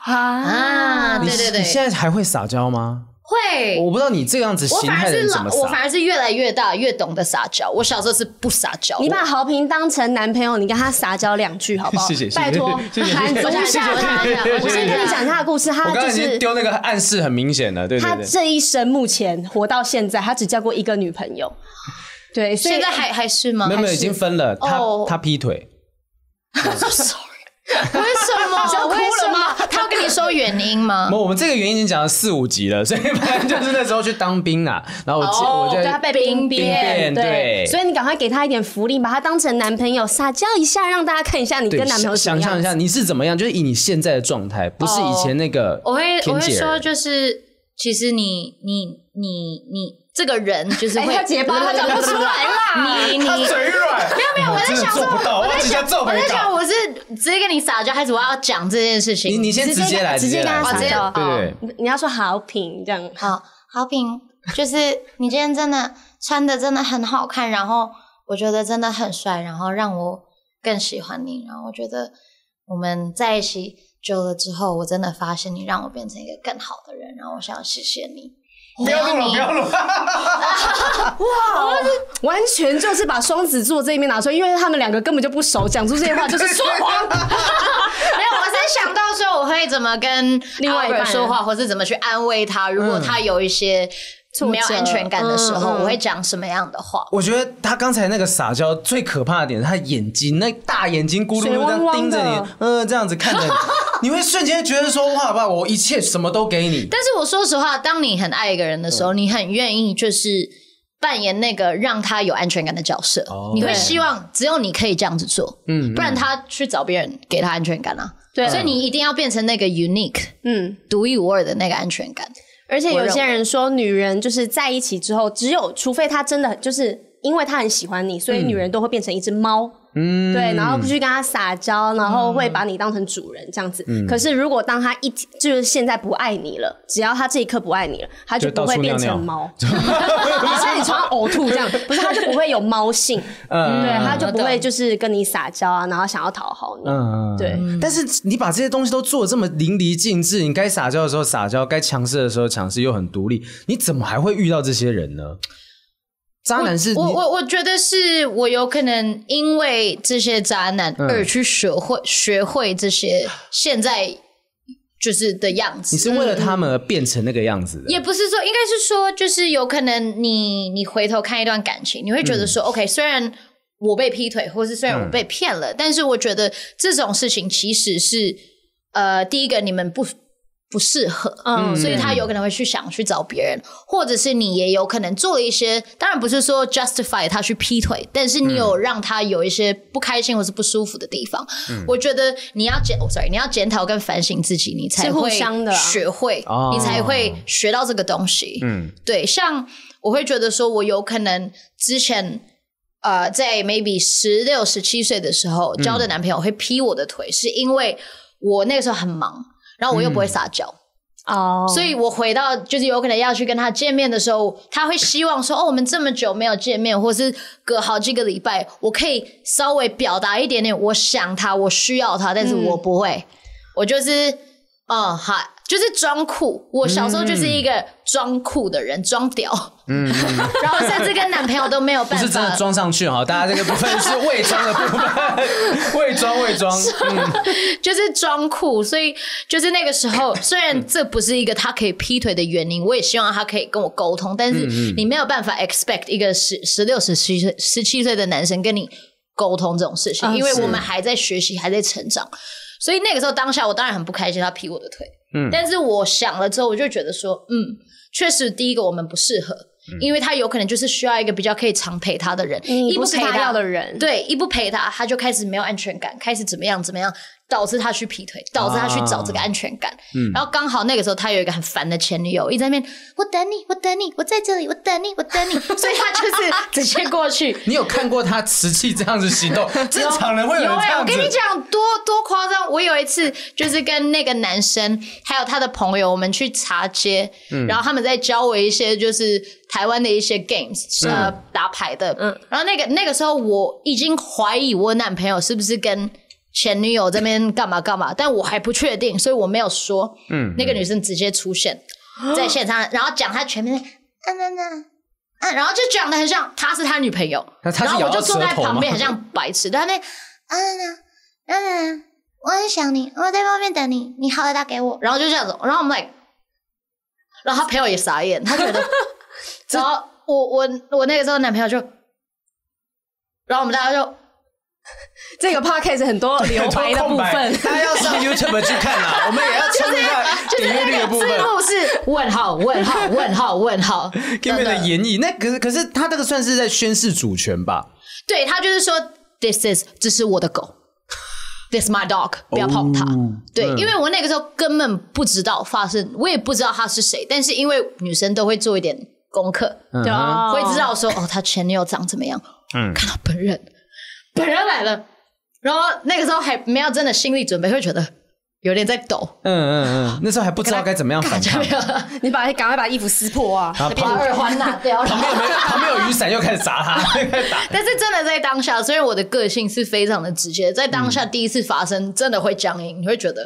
A: 娇
C: 啊
A: 啊！
B: 你
A: 对对对，
B: 你现在还会撒娇吗？
A: 会。
B: 我不知道你这样子
A: 我
B: 形
A: 反而
B: 态的
A: 是
B: 人怎
A: 老
B: 么，
A: 我反
B: 撒。
A: 而是越来越大，越懂得撒娇。我小时候是不撒娇，
C: 你
A: 我
C: 把豪平当成男朋友，你跟他撒娇两句好不好？
B: 谢谢谢谢
C: 拜托，
B: 谢谢
C: 满足一下他。
A: 谢谢谢谢
C: 我先跟你讲他的故事，他
B: 我刚才
C: 就
B: 已经
C: 是
B: 丢那个暗示很明显了，对对
C: 他
B: 对。
C: 这一生目前活到现在，他只交过一个女朋友。对，所以
A: 现在还还是吗？
B: 没有没有，
A: 还
B: 已
A: 是
B: 经分了。他
A: 哦
B: 他劈腿，
A: 为什么？
C: 想哭了
A: 为什么
C: 吗？
A: 他要跟你说原因吗
B: 我？我们这个原因已经讲了四五集了，所以反正就是那时候去当兵啊，然后我记
A: 哦
B: 我就
C: 对哦他被兵
B: 变，
C: 变，
B: 对，
C: 所以你赶快给他一点福利，把他当成男朋友撒娇一下，让大家看一下你
B: 对
C: 跟男朋友是
B: 想
C: 怎么
B: 想象一
C: 样。
B: 下你是怎么样，就是以你现在的状态，不是以前那个
A: 哦我会我
B: 天
A: 会
B: 姐儿
A: 说，就是其实你你你你这个人就是
C: 哎
A: 会
C: 他结巴他讲不出来啦
A: 你你没有
B: 软，
A: 没有，我在想说，我在想， 我在想，我是直接跟你撒娇，还是我要讲这件事情？
B: 你你先直接来，
C: 直接
B: 接
C: 跟
B: 来
C: 他
A: 撒娇
B: 对对对。
C: 你要说好评这样，
A: 好，好品就是你今天真的穿的真的很好看，然后我觉得真的很帅，然后让我更喜欢你，然后我觉得我们在一起久了之后，我真的发现你让我变成一个更好的人，然后我想要谢谢你。不要录了，不要录。
C: 完全就是把双子座这一面拿出来，因为他们两个根本就不熟，讲出这些话就是说谎。
A: 没有，我是想到说我会怎么跟
C: 另外一半
A: Albert 说话，或是怎么去安慰他，如果他有一些
C: 折
A: 没有安全感的时候，
C: 嗯嗯
A: 我会讲什么样的话。
B: 我觉得他刚才那个撒娇最可怕的点是他眼睛，那大眼睛咕噜
C: 水
B: 噜这
C: 汪
B: 样
C: 汪
B: 盯着
C: 的
B: 你，呃，这样子 看着你，你会瞬间觉得说哇哇，我一切什么都给 你。
A: 但是我说实话，当你很爱一个人的时候，
B: 嗯
A: 你很愿意就是扮演那个让他有安全感的角色，
B: 哦
A: 你会
B: 对
A: 希望只有你可以这样子做，
B: 嗯
A: 不然他去找别人给他安全感啊。
C: 对
A: 所以你一定要变成那个 unique、
C: 嗯，
A: 独一无二的那个安全感。
C: 而且
A: 我认
C: 有
A: 为
C: 些人说，女人就是在嗯一起之后，只有除非她真的就是因为她很喜欢你，所以女人都会变成一只猫。嗯，对，然后去跟他撒娇，然后会把你当成主人这样子。
B: 嗯
C: 可是如果当他一就是现在不爱你了，只要他这一刻不爱你了，他就
B: 就到
C: 不
B: 处
C: 会变
B: 尿
C: 成
B: 尿
C: 猫，然后在你床上呕吐这样，不是他就不会有猫性，
B: 嗯，
C: 对，他就
A: 我
C: 不会
A: 懂
C: 就是跟你撒娇啊，然后想要讨好你。
B: 嗯，
C: 对。
B: 但是你把这些东西都做的这么淋漓尽致，你该撒娇的时候撒娇，该强势的时候强势，又很独立，你怎么还会遇到这些人呢？渣男是你
A: 我我我觉得是我有可能因为这些渣男
B: 嗯
A: 而去学会、学会这些现在就是的样子。
B: 你是为了他们而变成那个样子的，
A: 也不是说，应该是说，就是有可能你你回头看一段感情，你会觉得说、o
B: 嗯
A: k 虽然我被劈腿，或是虽然我被骗了，但是我觉得这种事情其实是呃，第一个你们不不适合，
C: 嗯
A: 嗯，所以他有可能会去想去找别人，或者是你也有可能做了一些，当然不是说 justify 他去劈腿，但是你
B: 嗯
A: 有让他有一些不开心或是不舒服的地方。
B: 嗯
A: 我觉得你要检、哦、，sorry，你要检讨跟反省自己，你才
C: 是互
A: 会
C: 相的啊
A: 学会，
B: 哦
A: 你才会学到这个东西。
B: 嗯
A: 对，像我会觉得说，我有可能之前呃，在 maybe 十六、十七岁的时候交的男朋友会劈我的腿，是因为我那个时候很忙，然后我又不会撒娇，
C: 哦，
A: 所以我回到就是有可能要去跟他见面的时候，他会希望说，哦，我们这么久没有见面，或是隔好几个礼拜，我可以稍微表达一点点，我想他，我需要他，但是
B: 嗯
A: 我不会，我就是，嗯，好，就是装酷。我小时候就是一个装酷的人，装屌， 然后甚至跟男朋友都没有
B: 嗯不
A: 办
B: 是真的
A: 法。
B: 装上去 哈，大家这个部分是伪装的部分，伪装伪装，嗯
A: 就是装酷，所以就是那个时候，虽然这不是一个他可以劈腿的原因，我也希望他可以跟我沟通，但是你没有办法 expect 一个十十六、十七岁、十七岁的男生跟你沟通这种事情，
C: 嗯
A: 因为
C: 是
A: 我们还在学习，还在成长，所以那个时候当下我当然很不开心，他劈我的腿，但是我想了之后，我就觉得说，嗯，确实第一个我们不适合。因为他有可能就是需要一个比较可以常陪他的人，
C: 你嗯
A: 一
C: 不
A: 不
C: 是
A: 陪
C: 他要的人，
A: 对，一不陪他，他就开始没有安全感，开始怎么样怎么样，导致他去劈腿，导致他去找这个安全感。然后刚好那个时候他有一个很烦的前女友，一直在那边我等你，我等你，我在这里，我等你，我等你， 所以他就是直接过去。
B: 你有看过他瓷器这样子行动？正常人会人
A: 有
B: 这
A: 哎、我
B: 样
A: 跟你
B: 子。
A: 讲多多夸张！我有一次就是跟那个男生还有他的朋友，我们去茶街，
B: 嗯
A: 然后他们在教我一些就是台湾的一些
B: 嗯
A: games，、呃，打牌的。嗯，然后那个那个时候我已经怀疑我男朋友是不是跟。前女友这边干嘛干嘛，但我还不确定，所以我没有说。嗯，那个女生直接出现在现场，然后讲她全名，嗯嗯嗯，嗯，然后就讲的很像她是他女朋友，
B: 那她是
A: 然后我就坐在
B: 咬到舌头吗
A: 旁边，
B: ，
A: 很像白痴，在那边嗯嗯，我很想你，我在外面等你，你好了打给我。然后就这样子，然后我们 like，然后他朋友也傻眼，他觉得，然后我我我那个时候男朋友就，然后我们大家就
C: 这个 podcast 很多留白的部分
B: 大家要 上 YouTube 去看啦，我们也要冲一下
A: 就是
B: 点阅率
A: 那
B: 的部
A: 个字
B: 分。
A: 幕是问号问号问号问号，
B: Kimi
A: 真
B: 的演绎，那可是可是他这个算是在宣示主权吧？
A: 对他就是说，this is 这是我的狗，this is my dog，不要碰
B: 哦
A: 它。对，因为我那个时候根本不知道发生，我也不知道他是谁，但是因为女生都会做一点功课，
B: 嗯
C: 对啊，
A: 会知道说哦，他前女友长怎么样。嗯，看到本人，本人来了，然后那个时候还没有真的心理准备，会觉得有点在抖。
B: 嗯嗯嗯，那时候还不知道该怎么样反 抗。
C: 你把赶快把衣服撕破啊！
B: 然后
A: 把
B: 旁
A: 耳环拿掉，
B: 旁边有没有旁边有雨伞，又开始砸他，又开始打。
A: 但是真的在当下，虽然我的个性是非常的直接，在当下第一次发生，真的会僵硬，你会觉得，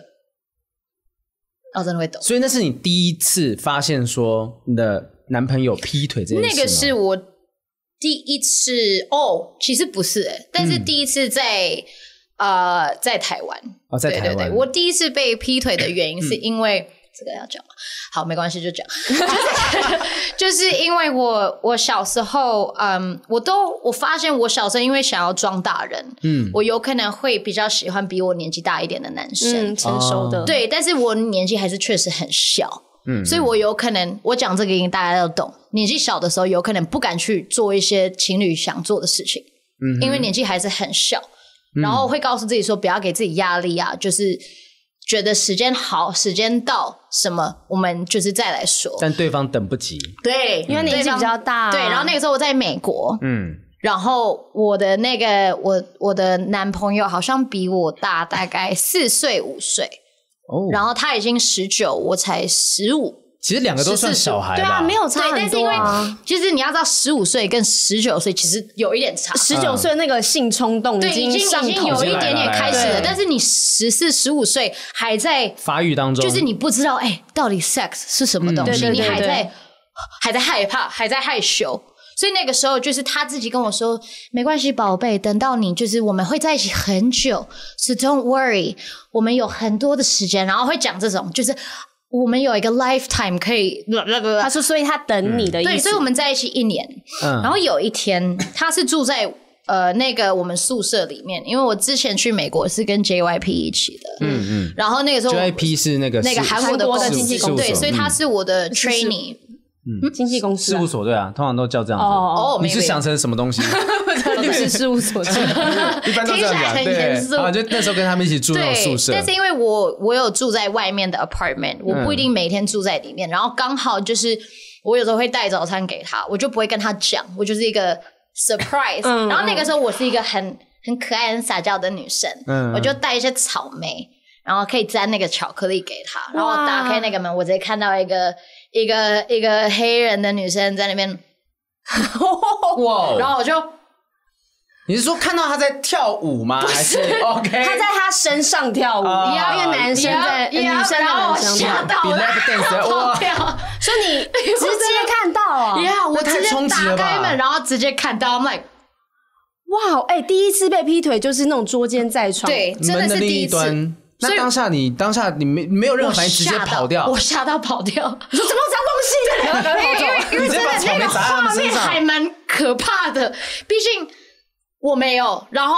A: 哦，真的会抖。
B: 所以那是你第一次发现说你的男朋友劈腿这件事
A: 那
B: 吗
A: 个是我第一次哦，其实不是、欸，但
B: 嗯
A: 是第一次在、呃在台湾，
B: 哦，在台
A: 对对
B: 湾，
A: 对，我第一次被劈腿的原 因是因为、这个要讲吗？好，没关系，就讲， 就是 就是因为我我小时候，嗯，我都我发现我小时候因为想要装大人，嗯，我有可能会比较喜欢比我年纪大一点的男生，
C: 嗯，成熟的，
A: 对，但是我年纪还是确实很小。嗯，所以我有可能，我讲这个音大家都懂。年纪小的时候，有可能不敢去做一些情侣想做的事情，嗯，因为年纪还是很小，然后会告诉自己说不要给自己压力啊，就是觉得时间好，时间到什么，我们就是再来说。
B: 但对方等不及。
A: 对，
C: 因为年纪比较大啊
A: 对，然后那个时候我在美国，
B: 嗯，
A: 然后我的那个我我的男朋友好像比我大大概四岁五岁，
C: 嗯
B: 哦
A: 然后他已经十九，我才十五。
B: 其实两个都算
A: 14岁
B: 小孩吧，
C: 对啊，没有差
A: 对，
C: 很
A: 但是因
C: 多
A: 为
C: 啊。
A: 其实你要知道，十五岁跟十九岁其实有一点差，
C: 十九岁那个性冲动
A: 对，已经
C: 上
A: 已经
C: 头
A: 有一
C: 了
A: 点点开始
C: 来了来
A: 了
C: 了。
A: 但是你十四、十五岁还在，
B: 发育当中，
A: 就是你不知道，哎，到底 sex 是什么东西，
C: 嗯对对对
A: 你还
C: 对
A: 在还在害怕，还在害羞。所以那个时候，就是他自己跟我说：“没关系，宝贝，等到你就是我们会在一起很久，so don't worry，我们有很多的时间。”然后会讲这种，就是我们有一个 lifetime 可以，
C: 呃他说，所以他等你的意思。
A: 对，所以我们在一起一年，
B: 嗯
A: 然后有一天， 他是住在呃那个我们宿舍里面，因为我之前去美国是跟 JYP 一起的，嗯嗯，然后那个时候
B: JIP 是那个
A: 那个
B: 事
A: 韩国的
C: 韩国的
A: 公司
C: 经纪公司嗯
A: 对，
B: 事务所
A: 所以他是我的 trainee，
C: 经纪公司
B: 事
C: 啊
B: 务所对啊，通常都叫这样子。
C: 哦，
A: 哦，
B: 你是
A: maybe
B: 想成什么东 西？
C: 律师事务所
B: 一般都这样讲，
A: 听起来很严肃
B: 对。啊，就那时候跟他们一起住那种
A: 对
B: 宿，舍，
A: 但是因为我我有住在外面的
C: 嗯
A: apartment，我不一定每天住在里面。然后刚好就是我有时候会带早餐给他，我就不会跟他讲，我就是一个 surprise。
C: 嗯
A: 然后那个时候我是一个很很可爱、很撒娇的女生，
B: 嗯
A: 我就带一些草莓，然后可以沾那个巧克力给他。然后我
C: 哇
A: 打开那个门，我直接看到一个一个一个黑人的女生在那边，
C: 哦
B: 哇
A: 然后我就
B: 你是说看到他在跳舞吗？还 是 OK？
C: 他在他身上跳舞，
B: 啊
C: 然后一个男生在呃
A: Yeah,
C: 女
A: yeah，
C: 生
A: 然后
C: 的
A: 我
C: 男生
A: 吓
C: 跳，
A: 到
B: 比
A: 了，
B: lap dance
A: 跑
B: 哇！
A: 掉。
C: 所以你直接看到 哦，
A: 呀、啊我
B: 太
A: 直接
B: 冲击了
A: 打开
B: 吧
A: 门，然后直接看到，I'm like，
C: 哇，哎，第一次被劈腿就是那种捉奸在床，
A: 对，，真
B: 门的
A: 的是
B: 另
A: 第
B: 一
A: 一次。
B: 端。那当下你当下你没没有任何反应，直接跑掉
A: 我，吓到跑掉，
C: 你说怎么 有这样东西？
A: 因为因为
B: 你直接
A: 真
B: 把草莓
A: 的那个
B: 砸在他
A: 画
B: 们身
A: 面
B: 上
A: 还蛮可怕的，毕竟我没有，然后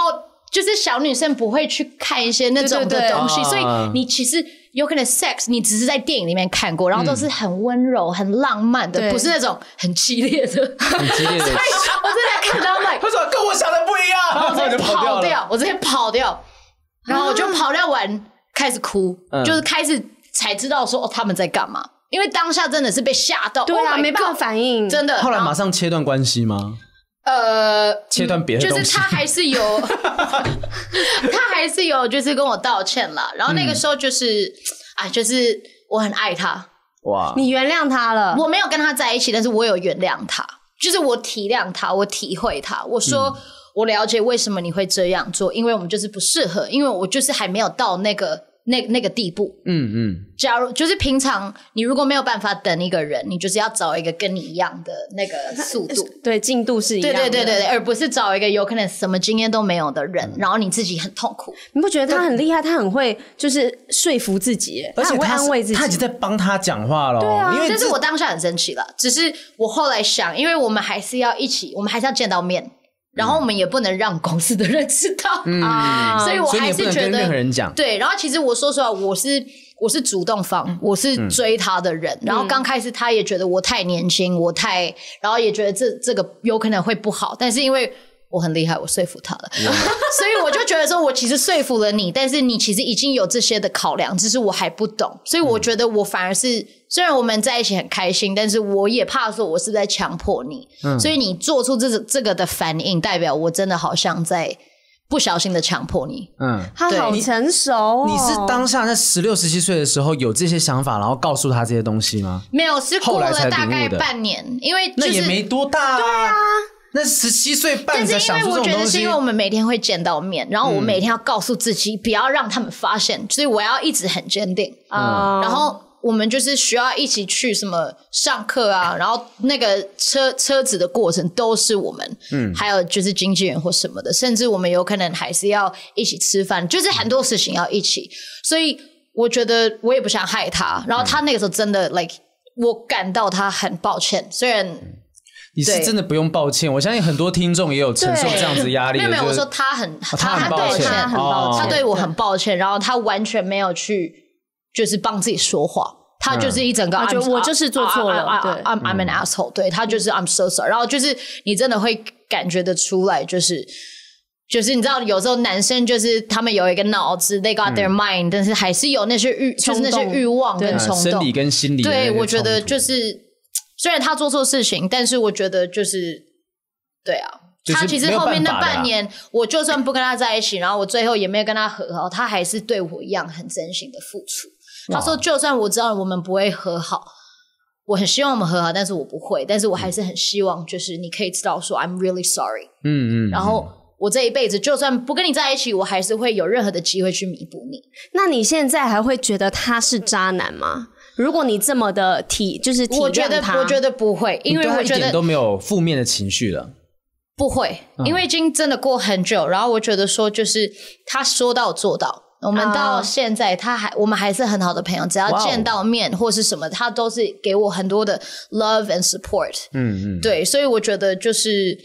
A: 就是小女生不会去看一些那种
C: 对对
A: 的
C: 对
A: 东西，
B: 啊
A: 所以你其实有可能 sex 你只是在电影里面看过，然后都是很温柔、很浪漫
C: 对
A: 的，不是那种很激烈的。
B: 很激烈的。
A: 我真的看到 like，
B: 他说跟我想的不一 样，然
A: 我直
B: 后
A: 接
B: 就
A: 跑
B: 跑了。
A: 掉，我直接跑掉，然后我就跑掉完开始哭，
B: 嗯
A: 就是开始才知道说哦他们在干嘛，因为当下真的是被吓到，
C: 对
A: Oh
C: 啊，
A: my
C: 没办法
A: God，
C: 反应，
A: 真的。
B: 后来
A: 然
B: 马上切断关系吗？
A: 呃，
B: 切断别的
A: 嗯就
B: 东
A: 是
B: 西
A: 他？还是有， 他还是有就是跟我道歉了，然后那个时候就是啊，就是我很爱他，
B: 哇！
C: 你原谅他了，
A: 我没有跟他在一起，但是我有原谅他，就是我体谅他，我体会他。我说、我了解为什么你会这样做，因为我们就是不适合，因为我就是还没有到那个那那个地步。
B: 嗯嗯，
A: 假如就是平常你如果没有办法等一个人，你就是要找一个跟你一样的那个速度。
C: 对，进度是一样
A: 对
C: 的，
A: 对对对对，嗯而不是找一个有可能什么经验都没有的人，然后你自己很痛苦。
C: 你不觉得他很厉害？他很会就是说服自己耶，
B: 而且
C: 他很会
B: 他
C: 安慰自己，
B: 他已经在帮他讲话了。对
C: 啊
B: 因为
A: 嗯但是
B: 这
A: 我当下很生气了，只是我后来想，因为我们还是要一起，我们还是要见到面，然后我们也不能让公司的人知道，
C: 啊
A: 所以我
B: 所以你
A: 还
B: 也不
A: 是
B: 能
A: 觉
B: 跟任何
A: 得
B: 人讲。
A: 对。然后其实我说实话，我是我是主动方，我是追他的人。然后刚开始他也觉得我太年轻，我太，然后也觉得这这个有可能会不好，但是因为。我很厉害，我说服他了， 所以我就觉得说，我其实说服了你，但是你其实已经有这些的考量，只是我还不懂，所以我觉得我反而是，虽然我们在一起很开心，但是我也怕说我是在强迫你，所以你做出这这个的反应，代表我真的好像在不小心的强迫你，
B: 嗯，
C: 他好成熟哦。
B: 你是当下在十六、十七岁的时候有这些想法，然后告诉他这些东西吗？
A: 没有，是
B: 后
A: 过
B: 来才领
A: 了大概
B: 悟的
A: 半年，因为就
B: 那
A: 是
B: 也没多大啊。对啊，那十七岁半
A: 但
B: 才
A: 是因
B: 想
A: 为
B: 出
A: 我
B: 这种
A: 觉得
B: 东
A: 是
B: 西
A: 因为。我们每天会见到面，然后我每天要告诉自己不要让他们发
B: 嗯
A: 现，所以我要一直很坚定。
B: 哦
C: 啊，
A: 然后我们就是需要一起去什么上课啊，然后那个车车子的过程都是我们，嗯，还有就是经纪人或什么的，甚至我们有可能还是要一起吃饭，就是很多事情要一起，所以我觉得我也不想害他，然后
B: 嗯
A: 他那个时候真的 like。我感到他很抱歉，虽然
B: 你是
A: 对
B: 真的不用抱歉，我相信很多听众也有承受
C: 对
B: 这样子压力。
A: 没有没有，
B: 就
A: 我
B: 是
A: 说他很
B: 哦他很
A: 很
B: 抱
A: 抱
B: 歉，
A: 歉，
C: 他很抱
B: 哦
A: 他
C: 歉
A: 对我很抱歉，然后他完全没有去就是帮自己说话，他
B: 嗯
A: 就是一整个
C: 他
A: I'm-
C: 觉
A: I'm，啊
C: 得我就是做错了
A: I'm- I'm-
C: 对
A: I'm I'm an asshole，对他就是 I'm so sorry，然后就是你真的会感觉得出来，就是。就是你知道，有时候男生就是他们有一个脑子，they got
B: 嗯
A: their mind，、但是还是有那些欲，就是那些
C: 冲动
A: 欲望跟
C: 对
A: 冲动。
B: 呃生理跟心理的那
A: 对，
B: 个
A: 我觉得
B: 冲突
A: 就是虽然他做错事情，但是我觉得就是对啊，
B: 就是
A: 他其实
B: 没有
A: 后
B: 办
A: 面
B: 法
A: 那
B: 的啊
A: 半年，我就算不跟他在一起，然后我最后也没有跟他和好，他还是对我一样很真心的付出。
B: 哇
A: 他说，就算我知道我们不会和好，我很希望我们和好，但是我不会，但是我还是很希望，就是你可以知道说 I'm really sorry，
B: 嗯嗯，
A: 然后我这一辈子就算不跟你在一起，我还是会有任何的机会去弥补你。
C: 那你现在还会觉得他是渣男吗？如果你这么的体，就是体
A: 我觉
C: 谅
A: 得
C: 他，
A: 我觉得不会，因
B: 你
A: 为
B: 对他
A: 我
B: 一
A: 觉
B: 点
A: 得
B: 都没有负面的情绪了。
A: 不会，
B: 嗯
A: 因为已经真的过很久，然后我觉得说就是他说到做到。我们到
C: 啊
A: 现在，他还我们还是很好的朋友，只要
B: 哇哦
A: 见到面或是什么，他都是给我很多的 love and support。
B: 嗯嗯，
A: 对，所以我觉得就是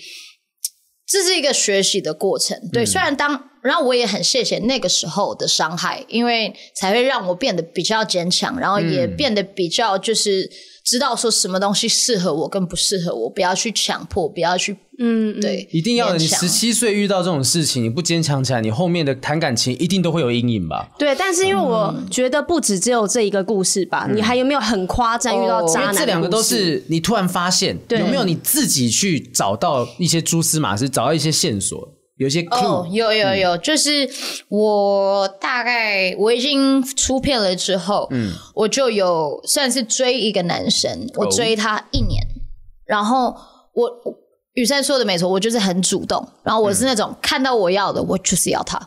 A: 这是一个学习的过程。对，
B: 嗯
A: 虽然当然后我也很谢谢那个时候的伤害，因为才会让我变得比较坚强，然后也
B: 嗯
A: 变得比较就是知道说什么东西适合我跟不适合我，不要去强迫，不要去
C: 嗯，嗯，
A: 对，
B: 一定要的。你
A: 勉强
B: 十七岁遇到这种事情，你不坚强起来，你后面的谈感情一定都会有阴影吧？
C: 对。但是因为我
B: 嗯
C: 觉得不止只有这一个故事吧，你还有没有很夸张遇到
A: 哦
C: 渣
A: 因
C: 男的故
A: 为
C: 事？
B: 这两个都是你突然发现，
C: 对
B: 有没有你自己去找到一些蛛丝马迹，找到一些线索，有一些
A: 哦
B: clue，，嗯
A: 有有有，就是我大概我已经出片了之后，嗯，我就有算是追一个男生，我
B: 哦
A: 追他一年，然后我我雨珊说的没错，我就是很主动，然后我
B: 嗯
A: 是那种、看到我要的，我就是要他。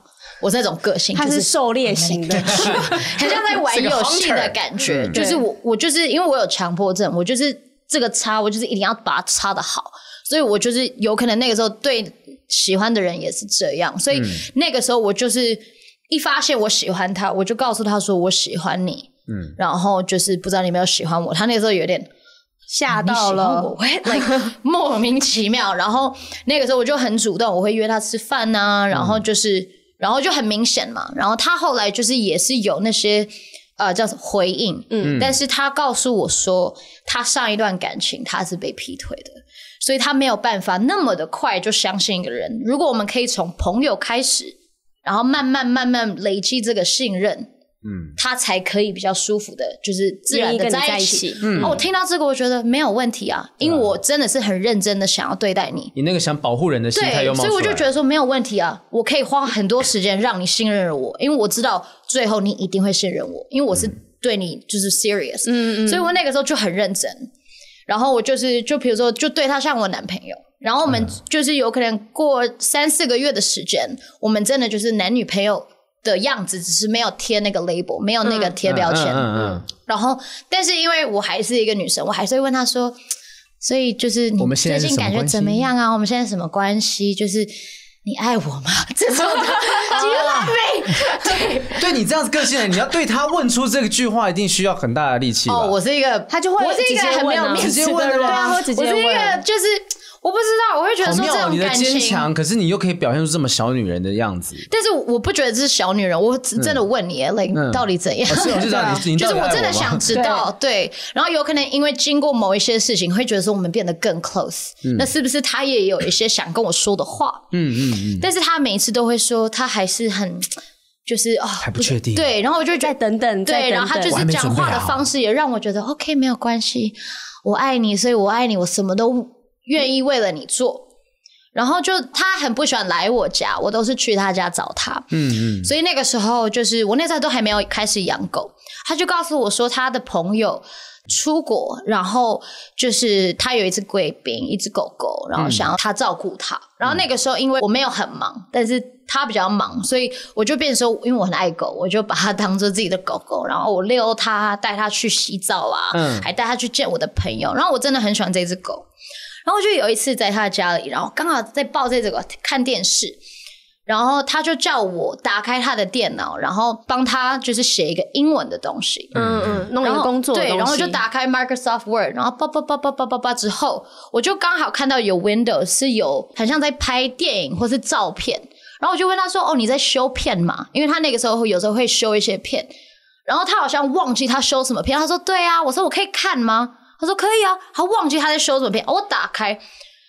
A: 我是那种个性，
C: 他
A: 就是
C: 狩猎型的，
A: 很像在玩游 戏的感觉，
B: 是个 hunter 嗯
A: 就是我我就是因为我有强迫症，我就是这个插，我就是一定要把它插的好，所以我就是有可能那个时候对喜欢的人也是这样，所
B: 嗯
A: 以那个时候我就是一发现我喜欢他，我就告诉他说我喜欢你，嗯，然后就是不知道你有没有喜欢我，他那个时候有点。
C: 吓
A: 你喜
C: 到
A: 欢
C: 了
A: 我，。会 like 莫名其妙。然后那个时候我就很主动，我会约他吃饭呐、然后就是，然后就很明显嘛。然后他后来就是也是有那些呃叫什么回应，嗯，但是他告诉我说，他上一段感情他是被劈腿的。所以他没有办法那么的快就相信一个人。如果我们可以从朋友开始，然后慢慢慢慢累积这个信任，
B: 嗯，
A: 他才可以比较舒服的，就是自然
C: 愿
A: 的
C: 意跟你在
A: 一
C: 一
A: 起
C: 起。
A: 嗯，哦，我听到这个，我觉得没有问题啊，因为我真的是很认真的想要对待你。
B: 你那个想保护人的嗯心态又
A: 对，
B: 冒
A: 所以
B: 出
A: 我
B: 来
A: 就觉
B: 了。
A: 得说没有问题啊，我可以花很多时间让你信任我，因为我知道最后你一定会信任我，因为我
B: 嗯
A: 是对你就是 serious，嗯嗯，所以我那个时候就很认真，然后我就是就比如说就对他像我男朋友，然后我
B: 嗯
A: 们就是有可能过三四个月的时间，我们真的就是男女朋友的样子，只是没有贴那个 label，没有那个贴标签，
B: 嗯嗯
A: 然后，但是因为我还是一个女生，我还是会问她说，所以就是你
B: 我们现在是
A: 最近
B: 什么
A: 感觉
B: 关系
A: 怎么样啊？我们现在什么关系？就是你爱我吗？ 这种的 Do you love me？
B: 嗯，对你这样子个性的人，你要对他问出这句话，一定需要很大的力气吧。
A: 哦，我是 一个，
C: 他就会
A: 我是一
C: 直
A: 个
C: 接
A: 很没有
C: 问啊
A: 面
B: 直接
A: 子
B: 问
A: 的
B: 的吗
A: 人，
B: 对啊
C: 会直接
A: 我是一个
C: 问
A: 就是我不知道，我啊会觉得
B: 好
A: 说这
B: 妙哦，你
A: 种
B: 的
A: 感
B: 坚
A: 情。
B: 强，可是你又可以表现出这么小女人的样子。
A: 但是我不觉得这是小女人，我真的问你、欸 like
B: 嗯
A: 到底怎样？
B: 哦 是我知道你，你
A: 就
B: 到
A: 是
B: 底爱
A: 我真的
B: 吗
A: 想知道，对。然后有可能因为经过某一些事情，会觉得说我们变得更 close，、那是不是他也有一些想跟我说的话？
B: 嗯嗯嗯，
A: 但是他每一次都会说，他还是很就是哦，还
B: 不确定
A: 对，然后我就觉
C: 再
A: 得
C: 等等，再
A: 对，
C: 等
A: 然后他
C: 等
A: 就
B: 我还
A: 是讲话的
B: 没准备好
A: 方式也让我觉得 OK，没有关系，我爱你，所以我爱你，我什么都愿意为了你做。然后就他很不喜欢来我家，我都是去他家找他。
B: 嗯嗯，
A: 所以那个时候就是我那时候都还没有开始养狗，他就告诉我说他的朋友出国，然后就是他有一只贵宾，一只狗狗，然后想要他照顾
B: 嗯
A: 他。然后那个时候因为我没有很忙，但是他比较忙，所以我就变成说，因为我很爱狗，我就把它当做自己的狗狗，然后我遛它，带它去洗澡啊，
B: 嗯
A: 还带它去见我的朋友。然后我真的很喜欢这只狗。然后就有一次在他的家里，然后刚好在抱这只狗看电视，然后他就叫我打开他的电脑，然后帮他就是写一个英文的东西。
C: 嗯嗯，弄一
A: 然
C: 个
A: 后
C: 工作的
A: 对，
C: 东
A: 然后
C: 西
A: 就打开 Microsoft Word，然后叭叭叭叭叭叭叭之后，我就刚好看到有 Windows 是有很像在拍电影或是照片，然后我就问他说：“哦，你在修片吗？”因为他那个时候有时候会修一些片，然后他好像忘记他修什么片，他说：“对啊。”我说：“我可以看吗？”他说：“可以啊。”他忘记他在修什么片，哦我打开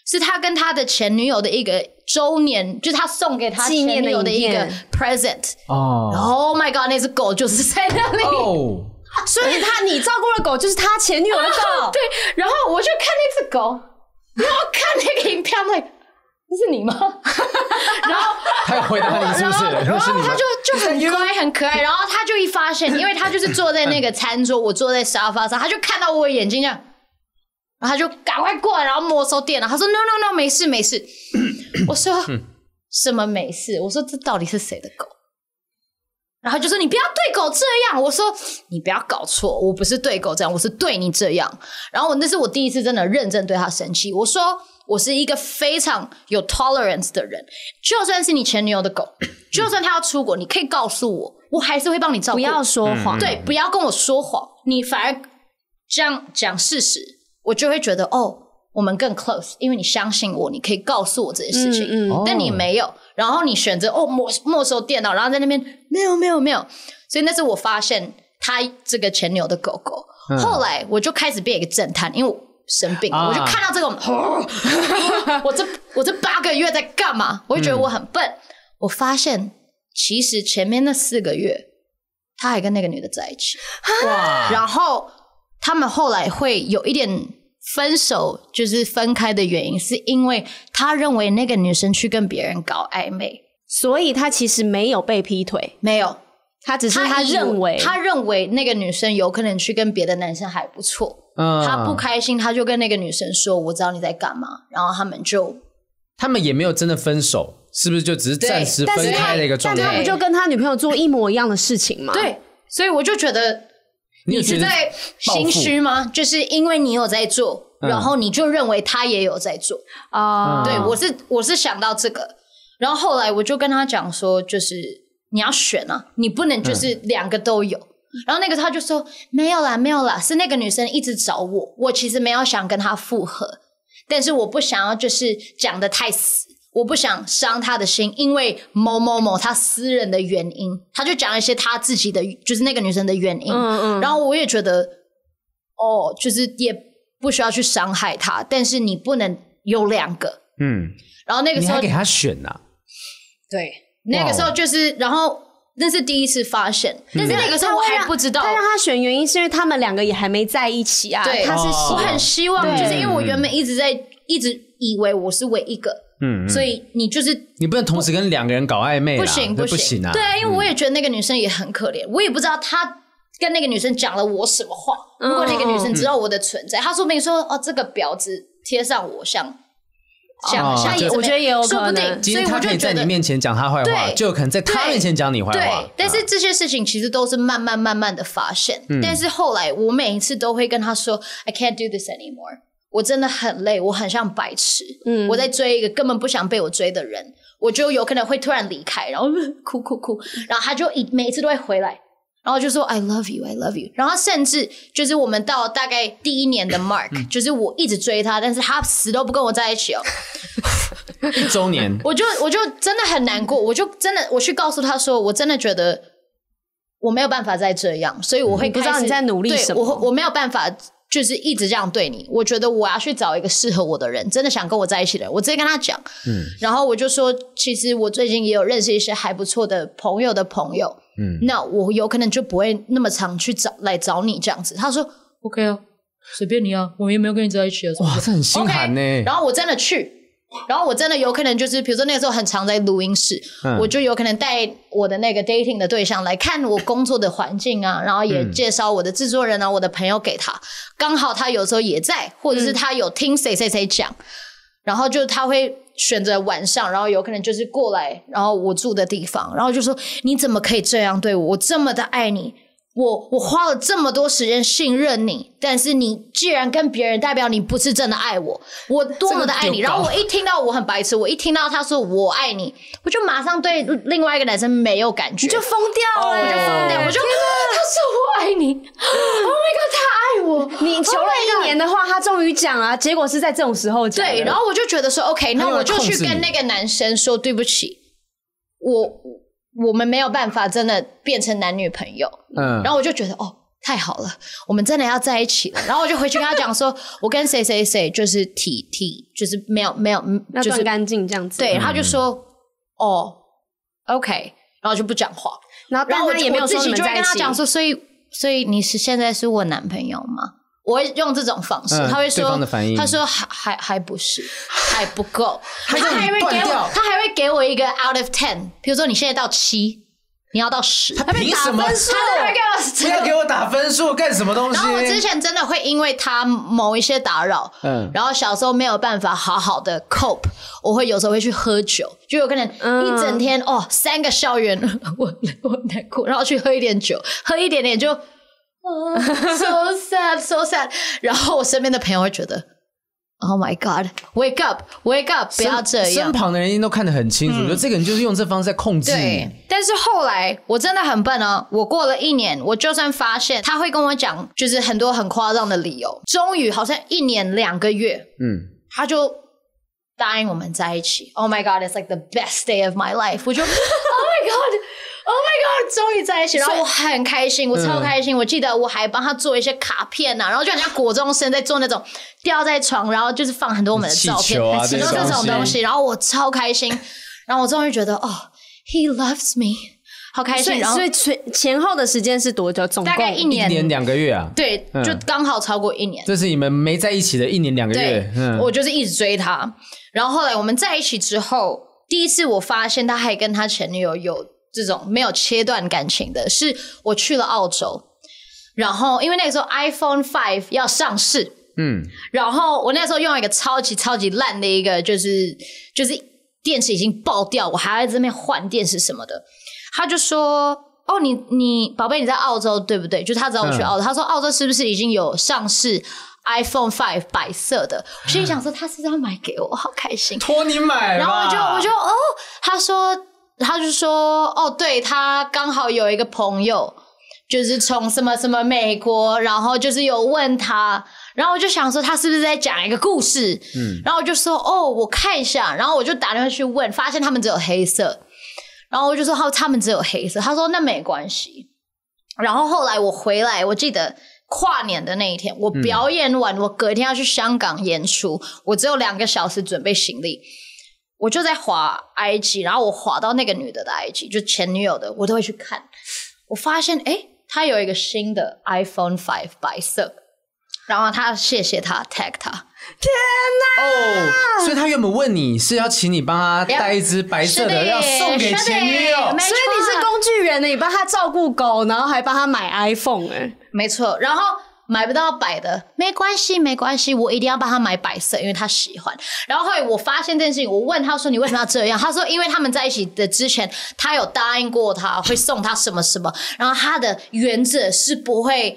A: 是他跟他的前女友的一个周年，就是他送给他
C: 纪
A: 前
C: 念的
A: 女友的一
C: 影
A: 个
C: 片
A: present。
B: 哦
A: Oh my god，那只狗就是在那里。
B: 哦，
C: 所以他你照顾的狗就是他前女 友的狗，
A: 对，然后我就看那只狗，然后看那个影片，I'm like 这是你吗？ 然后
B: 他有回答你是
A: 然
B: 不
A: 后，
B: 是？
A: 然
D: 是
A: 后
D: 你吗
A: 他就就很乖很可爱，然后他就一发现，因为他就是坐在那个餐桌，我坐在沙发上，他就看到我眼睛这样，然后他就赶快过来，然后没收电脑，他说 no no no 没事没事，我说什么没事？我说这到底是谁的狗？然后就说你不要对狗这样，我说你不要搞错，我不是对狗这样，我是对你这样。然后我那是我第一次真的认真对他生气，我说我是一个非常有 tolerance 的人，就算是你前女友的狗，就算他要出国，你可以告诉我，我还是会帮你照顾。
C: 不要说谎，
A: 对，不要跟我说谎，你反而这样讲事实，我就会觉得哦，我们更 close，因为你相信我，你可以告诉我这些事情。
C: 嗯
A: 但你没有，然后你选择哦没没收电脑，然后在那边没有没有没有，所以那是我发现他这个前女友的狗狗。后来我就开始变一个侦探，因为我生病，
B: 啊
A: 我就看到这个，哦我这我这八个月在干嘛？我会觉得我很笨。我发现其实前面那四个月，他还跟那个女的在一起，
B: 哇，
A: 然后他们后来会有一点分手，就是分开的原因，是因为他认为那个女生去跟别人搞暧昧，
C: 所以他其实没有被劈腿，
A: 没有，
C: 他只是
A: 他以
C: 认为
A: 他认为那个女生有可能去跟别的男生还不错，
B: 嗯
A: 他不，开心，他就跟那个女生说：“我知道你在干嘛。”然后他们就
B: 他们也没有真的分手，是不是就只是暂时
C: 但
B: 分
C: 是
B: 开的一个状
C: 但他不
B: 态？
C: 就跟他女朋友做一模一样的事情吗？，
A: 对，所以我就觉得
B: 你有
A: 你
B: 觉
A: 是
B: 得
A: 在
B: 报复
A: 心虚吗？就是因为你有在做，然后你就认为他也有在做。
C: 啊、
A: 对
B: 嗯
A: 我是我是想到这个，然后后来我就跟他讲说，就是你要选啊，你不能就是
C: 嗯
A: 两个都有。然后那个他就说没有啦，没有啦，是那个女生一直找我，我其实没有想跟她复合，但是我不想要就是讲的太死，我不想伤她的心，因为某某某他私人的原因，他就讲一些他自己的，就是那个女生的原因。
C: 嗯嗯，
A: 然后我也觉得，哦，就是也不需要去伤害她，但是你不能有两个，
B: 嗯，
A: 然后那个
B: 你
A: 时候
B: 还给，他选啊呐？
A: 对，那个时候就是，然后那是第一次发现，
B: 嗯
A: 但是那个时候我还不知道
C: 他。让他选原因是因为他们两个也还没在一起啊，
A: 对
C: 他是
B: 哦
A: 我很希望，
C: 对
A: 就是因为我原本一直在一直以为我是唯一一个，
B: 嗯，
A: 所以你就是
B: 你不能同时跟两个人搞暧昧啦，
A: 不行
B: 这不
A: 行
B: 啊！
A: 对啊，因为我也觉得那个女生也很可怜，我也不知道她跟那个女生讲了我什么话。
C: 嗯
A: 如果那个女生知道我的存在，她说不定说哦，这个婊子贴上我像像
B: 哦
A: 像
B: 这
A: 也怎么
C: 我觉得也有
A: 说
C: 可
A: 不
C: 能
A: 定，
B: 今
A: 所以
B: 天
A: 我
B: 他
A: 就
B: 可以
A: 觉
B: 在你
A: 得
B: 面前讲他坏话，
A: 对
B: 就有可能在他
A: 对
B: 面前讲你坏话啊
A: 对。，但是这些事情其实都是慢慢慢慢的发现。
B: 嗯
A: 但是后来我每一次都会跟他说，I can't do this anymore。我真的很累，我很像白痴。
C: 嗯
A: 我在追一个根本不想被我追的人，我就有可能会突然离开，然后 哭哭哭，然后他就一每一次都会回来，然后就说 I love you, I love you。然后甚至就是我们到大概第一年的
B: 嗯
A: mark，就是我一直追他，但是他死都不跟我在一起哦。
B: 一周年，
A: 我就我就真的很难过，我就真的我去告诉他说，我真的觉得我没有办法再这样，所以我会
C: 嗯不知道
A: 开始
C: 你在努力
A: 对
C: 什么
A: 我我没有办法。就是一直这样对你，我觉得我要去找一个适合我的人，真的想跟我在一起的人，我直接跟他讲。嗯，然后我就说，其实我最近也有认识一些还不错的朋友的朋友，嗯，那我有可能就不会那么常去找来找你这样子。他说 OK 啊，随便你啊，我们也没有跟你在一起啊，什么
B: 哇，这很心
A: OK，
B: 寒呢。
A: 然后我真的去，然后我真的有可能就是，比如说那个时候很常在录音室，我就有可能带我的那个 dating 的对象来看我工作的环境啊，然后也介绍我的制作人啊，我的朋友给他，刚好他有时候也在，或者是他有听谁谁谁讲，然后就他会。选择晚上，然后有可能就是过来，然后我住的地方，然后就说你怎么可以这样对我？我这么的爱你，我我花了这么多时间信任你，但是你既然跟别人，代表你不是真的爱我，我多么的爱
B: 这
A: 你。
B: 个丢
A: 然
B: 高
A: 后我一听到我很白痴，我一听到他说我爱你，我就马上对另外一个男生没有感觉，
C: 你就疯掉了、欸
A: 我哦就疯掉，我就他说我爱你，Oh my god，他爱我。
C: 你求了一年的话，他终于讲了，结果是在这种时候讲的。
A: 对，然后我就觉得说，OK，那
B: 用来
A: 我就去
B: 控制你
A: 跟那个男生说对不起，我我们没有办法真的变成男女朋友。
B: 嗯
A: 然后我就觉得哦，太好了，我们真的要在一起了。然后我就回去跟他讲说， 我跟谁谁谁就是提提，就是没有没有，嗯
C: 要
A: 就
C: 断
A: 是
C: 干净这样子。
A: 对，，然后他就说哦，OK，然后就不讲话。
C: 然后
A: 然
C: 但
A: 后我
C: 他
A: 就
C: 也没有
A: 我自
C: 说你
A: 己
C: 们
A: 就会
C: 在一
A: 跟他
C: 起。
A: 讲说，所以所以你是现在是我男朋友吗？我会用这种方式，
B: 嗯
A: 他会
B: 对
A: 说
B: 方的反应，
A: 他说还还还不是，还不 够，他
B: 还让你
A: 还会
B: 断
A: 给我
B: 掉，
A: 他还会给我一个 out of ten，比如说你现在到七，你要到十，
B: 他凭什么
A: 他真的会给我
B: 不要给我打分数，干什么东西？
A: 然后我之前真的会因为他某一些打扰，
B: 嗯
A: 嗯，然后小时候没有办法好好的 cope，我会有时候会去喝酒，就有可能一整天、哦，三个校园 我我很难过，然后去喝一点酒，喝一点点就、哦 so sad so sad，然后我身边的朋友会觉得。Oh my God! Wake up! Wake up! 不
B: 身
A: 要这样嗯
B: 身。旁的人一定都看得很清楚，就这个人就是用这方式在控制你。
A: 对，但是后来我真的很笨哦，我过了一年，我就算发现他会跟我讲，就是很多很夸张的理由，终于好像一年两个月，
B: 嗯，
A: 他就答应我们在一起。Oh my god, it's like the best day of my life！我 就 Oh my god。Oh my god！终于在一起，然后我很开心，
B: 嗯
A: 我超开心。我记得我还帮他做一些卡片啊呐、然后就很像国中生在做那种吊在床，然后就是放很多我们的
B: 气
A: 照片，
B: 球啊
A: 很多
B: 这
A: 这
B: 些
A: 种
B: 东
A: 东
B: 西
A: 西。然后我超开心，然后我终于觉得哦，He loves me，好开
C: 所
A: 心。
C: 以
A: 然后
C: 所以前前后的时间是多久？总共
A: 大概一
B: 一
A: 年，
B: 年两个月啊，
A: 对，
B: 嗯
A: 就刚好超过一年。
B: 这是你们没在一起的一年两个
A: 对
B: 月。，嗯，
A: 我就是一直追他。然后后来我们在一起之后，第一次我发现他还跟他前女友有这种没有切断感情的，是我去了澳洲，然后因为那个时候 iPhone Five 要上市，
B: 嗯，
A: 然后我那时候用一个超级超级烂的一个，就是就是电池已经爆掉，我还在这边换电池什么的。他就说：“哦，你你宝贝你在澳洲对不对？”就是他找我去澳洲，他说澳洲是不是已经有上市 iPhone Five 白色的？我心里想说他是不是要买给我，我好开心。
B: 托你买吧。
A: 然后我就我就哦，他说他就说哦，对他刚好有一个朋友，就是从什么什么美国，然后就是有问他，然后我就想说他是不是在讲一个故事，嗯，然后我就说哦，我看一下，然后我就打电话去问，发现他们只有黑色，然后我就说哦他他们只有黑色，他说那没关系，然后后来我回来，我记得跨年的那一天，我表演完，我隔天要去香港演出，我只有两个小时准备行李，我就在滑 IG，然后我滑到那个女的的 IG，就前女友的，我都会去看。我发现，诶，她有一个新的 iPhone Five 白色，然后她谢谢她 tag 她，
B: 哦，所以他原本问你是要请你帮他带一只白色的，
A: 是的
B: 要送给前女友。
A: 是的没
C: 所以你是工具人呢，欸你帮他照顾狗，然后还帮他买 iPhone 哎、
A: 没错。然后买不到白的，没关系，没关系，我一定要帮他买白色，因为他喜欢。然后后来我发现这件事情，我问他说：“你为什么要这样？”他说：“因为他们在一起的之前，他有答应过他会送他什么什么，然后他的原则是不会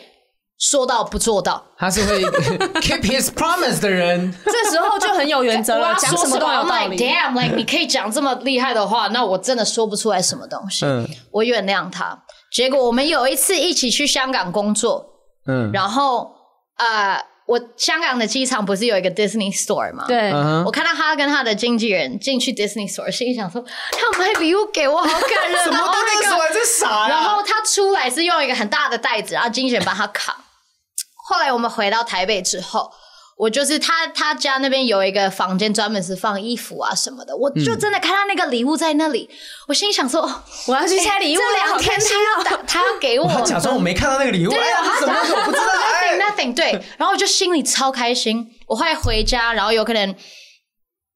A: 说到不做到。”
B: 他是会 keep his promise 的人。
C: 这时候就很有原则
A: 我
C: 了
A: 要，
C: 讲
A: 说，Oh
C: 什么都有
A: I'm
C: 道
A: like
C: 理。
A: damn, like 你可以讲这么厉害的话，那我真的说不出来什么东西。
B: 嗯
A: 我原谅他。结果我们有一次一起去香港工作，
B: 嗯，
A: 然后呃，我香港的机场不是有一个 Disney Store 吗？。
C: 对，
B: 嗯
A: 我
B: 哼，
A: 看到他跟他的经纪人进去 Disney Store，心里想说他买礼物给我，好感人、啊！
B: 什么
A: Oh
B: 都
A: my
B: 那
A: God
B: 时候还真傻
A: 然
B: 呀
A: 后。他出来是用一个很大的袋子，然后经纪人帮他扛。后来我们回到台北之后，我就是他他家那边有一个房间专门是放衣服啊什么的，我就真的看到那个礼物在那里，我心里想说，哦
C: 我要去拆礼物
A: 这
C: 了，
A: 两天他要打他要给我，
B: 他假装我没看到那个礼物，哎呀，
A: 啊他
B: 你怎么我不知道？哎
A: nothing nothing 对，然后我就心里超开心。我后来回家，然后有可能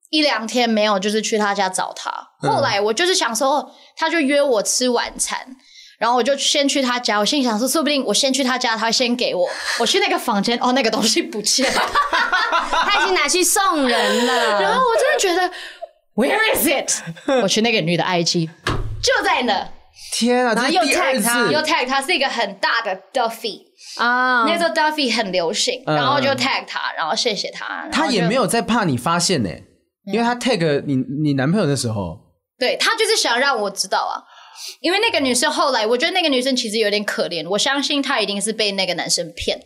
A: 一两天没有，就是去他家找他。
B: 嗯
A: 后来我就是想说，哦他就约我吃晚餐。然后我就先去他家，我心里想说，说不定我先去他家，他会先 给我。我去那个房间，哦，那个东西不见了。
C: 他已经拿去送人
A: 然
C: 了。
A: 后我真的觉得，Where is it？我去那个女的 IG，就在那，
B: 天啊，这
C: 后
B: 是
C: 又
B: 第二
C: tag 他
B: 次
A: 又 tag 她是一个很大的 Duffy，
C: 啊，
A: 那时候 Duffy 很流行，
B: 嗯
A: 然后就 tag 他，然后谢谢他。
B: 他也没
A: 有，
B: 有在怕你发现呢、因为
A: 嗯
B: 他 tag 你你男朋友的时候，
A: 对他就是想让我知道啊，因为那个女生后来，我觉得那个女生其实有点可怜，我相信她一定是被那个男生骗。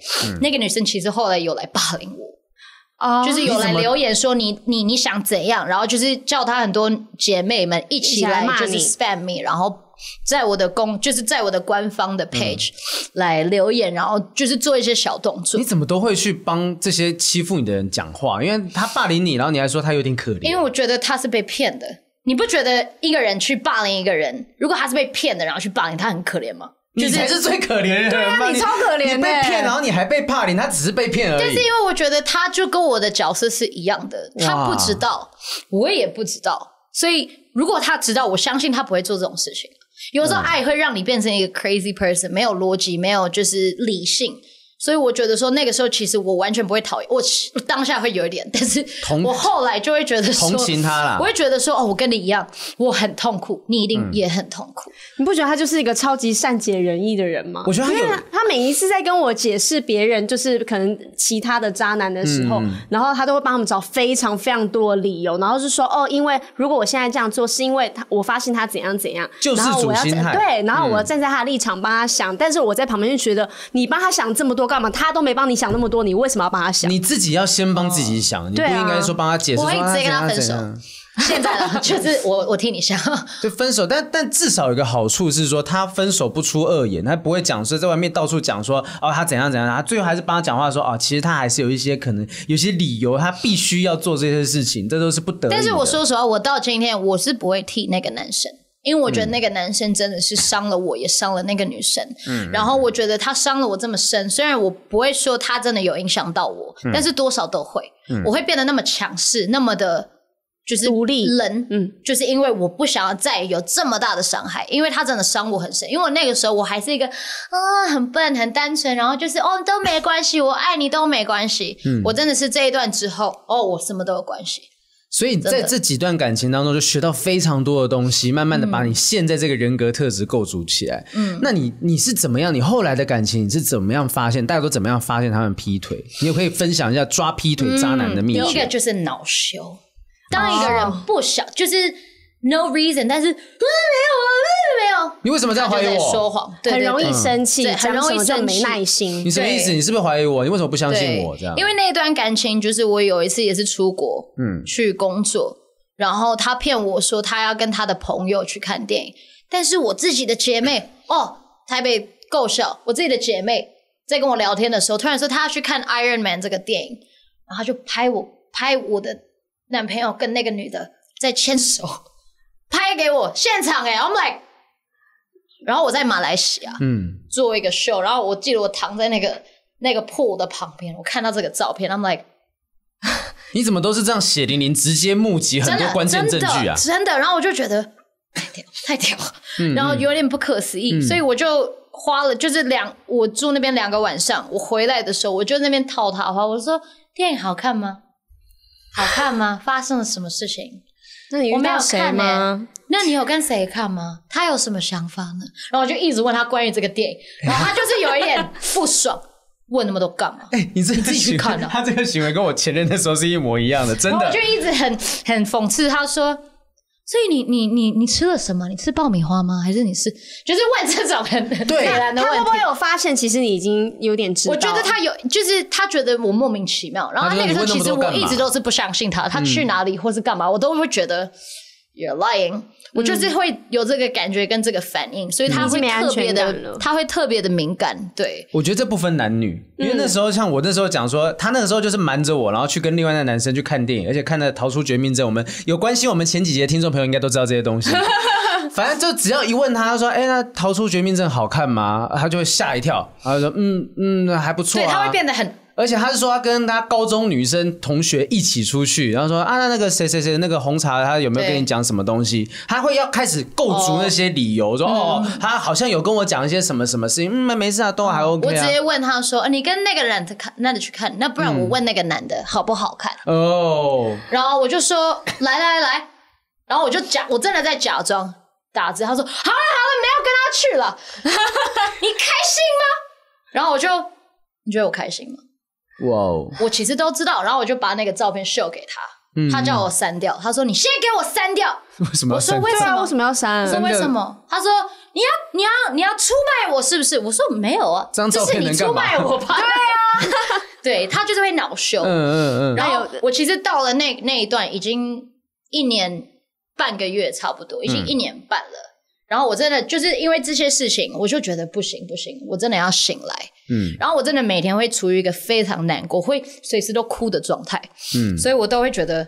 A: 那个女生其实后来有来霸凌我，
C: 哦
A: 就是有来留言说啊你你你想怎样，然后就是叫她很多姐妹们一起
C: 一起来
A: 来
C: 骂
A: 就
C: 你
A: 是 spam me，然后。在我的公，就是在我的官方的 page、来留言，然后就是做一些小动作
B: 你。怎么都会去帮这些欺负你的人讲话？因为他霸凌你，然后你还说他有点可怜。
A: 因为我觉得他是被骗的。你不觉得一个人去霸凌一个人，如果他是被骗的，然后去霸凌，他很可怜吗？啊
B: 你才是最可怜的人吧？
C: 你超可怜的
B: 你被骗，然后你还被霸凌，他只是被骗而
A: 但
B: 已
A: 欸是。因为我觉得他就跟我的角色是一样的，他不知道，我也不知道，所以如果他知道，我相信他不会做这种事情。有
B: 嗯
A: 时候爱会让你变成一个 crazy person，没有逻辑，没有就是理性。所以我觉得说那个时候，其实我完全不会讨厌，我当下会有一点，但是
B: 同
A: 我后来就会觉得说
B: 同情他啦嗯
A: 我会觉得说哦，我跟你一样，我很痛苦，你一定也很痛苦。
C: 你不觉得他就是一个超级善解人意的人吗？
B: 我觉得他有
C: 因为他每一次在跟我解释别人就是可能其他的渣男的时候，
B: 嗯
C: 然后他都会帮他们找非常非常多的理由，然后是说哦，因为如果我现在这样做，是因为他我发现他怎样怎样，
B: 救世
C: 然后
B: 主
C: 我要
B: 心态嗯
C: 对，然后我要站在他的立场帮他想，但是我在旁边就觉得你帮他想这么多干嘛？他都没帮你想那么多，你为什么要帮他想？
B: 你自己要先帮自己想，你不
C: 对啊
B: 应该说帮他解释。
A: 哦我会
B: 说啊
A: 直接跟他
B: 怎样
A: 分手
B: 怎样
A: 现在 啊就是我，我替你想，
B: 就分手，但但至少有个好处是说，他分手不出恶言，他不会讲说在外面到处讲说哦他怎样怎样，他最后还是帮他讲话说哦，其实他还是有一些可能有些理由，他必须要做这些事情，这都是不得已的。
A: 但是我说实话，我到今天我是不会替那个男生，因为我觉得那个男生真的是伤了我，也伤了那个女生。
B: 嗯
A: 然后我觉得他伤了我这么深，虽然我不会说他真的有影响到我，
B: 嗯
A: 但是多少都会，我会变得那么强势，那么的。就是
C: 独立
A: 人，
C: 嗯
A: 嗯，就是因为我不想要再有这么大的伤害，因为他真的伤我很深。因为我那个时候我还是一个，嗯，很笨、很单纯，然后就是哦都没关系，我爱你都没关系。
B: 嗯
A: 我真的是这一段之后，哦，我什么都有关系。
B: 所以在这几段感情当中，就学到非常多的东西，慢慢的把你现在这个人格特质构筑起来。嗯，那你你是怎么样？你后来的感情你是怎么样发现？大家都怎么样发现他们劈腿？你也可以分享一下抓劈腿渣男的秘
A: 嗯第一
B: 诀。
A: 个就是恼羞，当一个人
B: 哦
A: 不想，就是 no reason，但是嗯没有啊，嗯没有，
B: 你为什么这样
A: 他
B: 怀
A: 就
B: 疑
A: 在说
B: 我？
A: 谎，对
C: 很容易
A: 对
C: 生气，
A: 对很容易
C: 讲什么就
A: 生
C: 没
A: 气
C: 耐心
B: 你。什么意思？
A: 对
B: 你是不是怀疑我？你为什么不相信
A: 对
B: 我？这样，
A: 因为那一段感情，就是我有一次也是出国，
B: 嗯
A: 嗯，去工作，然后他骗我说他要跟他的朋友去看电影，但是我自己的姐妹哦，台北够小，我自己的姐妹在跟我聊天的时候，突然说她要去看《Iron Man》这个电影，然后她就拍我拍我的男朋友跟那个女的在牵手，拍给我现场哎、欸、，I'm like，然后我在马来西亚，
B: 嗯。
A: 做一个秀，然后我记得我躺在那个那个 pool 的旁边，我看到这个照片，I'm like
B: 你怎么都是这样血淋淋，直接募集很
A: 真
B: 多
A: 的
B: 关键证
A: 真
B: 据
A: 的
B: 啊？
A: 真的，然后我就觉得哎太屌 太屌，
B: 嗯
A: 然后有点不可思议，所以我就花了就是两我住那边两个晚上，我回来的时候我就在那边套他话，我说电影好看吗？好看吗？发生了什么事情？
C: 那你
A: 我
C: 遇
A: 没有
C: 到谁
A: 看
C: 吗？
A: 那你有跟谁看吗？他有什么想法呢？然后我就一直问他关于这个电影，然后他就是有一点不爽， 问那么多干嘛？
B: 哎、你这你自
A: 己去看啊
B: 他这个行为跟我前任的时候是一模一样的，真
A: 然后
B: 的
A: 我就。一直很很讽刺他说，所以你你你你吃了什么？你吃爆米花吗？还是你是就是问这种很很
B: 对
A: 自然的
C: 欸他会
A: 问
C: 不
A: 题
C: 会？有发现，其实你已经有点知道？
A: 我觉得他有，就是他觉得我莫名其妙。然后
B: 他
A: 他
B: 觉得
A: 那个时候
B: 你问那
A: 其
B: 么
A: 实
B: 多干
A: 我
B: 嘛
A: 一直都是不相信他，他去哪里或是干嘛，我都会觉得 you're lying。我就是会有这个感觉跟这个反应，所以他
C: 已经嗯
A: 会
C: 没安
A: 特别
C: 全感
A: 的
C: 了，
A: 他会特别的敏感。对，
B: 我觉得这不分男女，
A: 嗯
B: 因为那时候像我那时候讲说，他那个时候就是瞒着我，然后去跟另外那男生去看电影，而且看了《逃出绝命镇》。我们有关心我们前几节听众朋友应该都知道这些 东西。反正就只要一问他，他说：“哎、那《逃出绝命镇》好看吗？”他就会吓一跳，他就说：“嗯嗯，还不错、
A: 所
B: 啊。”
A: 以他会变得很
B: 而且他是说他跟他高中女生同学一起出去，然后说啊，那那个谁谁谁那个红茶，他有没有跟你讲什么东西？他会要开始构筑那些理由，
A: 嗯
B: 说哦，他好像有跟我讲一些什么什么事情，嗯，没事啊，都还 OK
A: 我直
B: 啊。
A: 接问他说：“呃你跟那个男的看，那的去看，那不然我问那个男的好不好看
B: 哦，？”
A: 然后我就说：“来来来，然后我就假，我真的在假装打字。”他说：“好了好了，没有跟他去了，你开心吗？”然后我就：“你觉得我开心吗
B: 哇哦，？”
A: 我其实都知道，然后我就把那个照片秀给他，他叫我删掉，他说：“你先给我删掉。
B: 为什么要
A: 我说
B: 嗯删
A: 为
C: 对
A: 什
C: 啊，
A: 么
C: 为什么要”删
A: 我说：“
B: 真的
A: 为什么？”他说：“你要你要你要出卖我是不是？”我说：“没有啊，
B: 这张照
A: 这是
B: 片
A: 你
B: 能
A: 出
B: 干嘛
A: 卖 我吧？”对啊，对他就是会恼羞。
B: 嗯嗯嗯，
A: 然后我其实到了那那一段已经一年半个月差不多，已
B: 嗯
A: 经一年半了。然后我真的就是因为这些事情，我就觉得不行不行，我真的要醒来。
B: 嗯
A: 嗯，然后我真的每天会处于一个非常难过，会随时都哭的状态。嗯，所以我都会觉得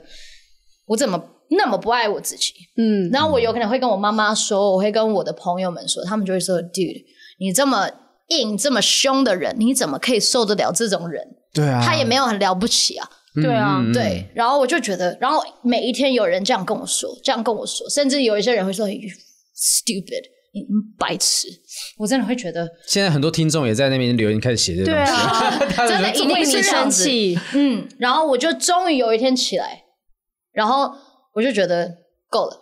A: 我怎么那么不爱我自己。嗯，然后我有可能会跟我妈妈说，我会跟我的朋友们说，他们就会说，dude，你这么硬、这么凶的人，你怎么可以受得了这种人？
B: 对啊，
A: 他也没有很了不起啊。
C: 对啊，
B: 嗯
A: 对，然后我就觉得，然后每一天有人这样跟我说，这样跟我说，甚至有一些人会说 "You stupid，你白痴，我真的会觉得，
B: 现在很多听众也在那边留言开始写这个
C: 啊
A: 啊
B: 东西，他
A: 真
B: 们
A: 的
B: 觉
A: 一定
C: 为
A: 是
C: 你
A: 这样
C: 生
A: 子。
C: 气，
A: 嗯，然后我就终于有一天起来，然后我就觉得够了，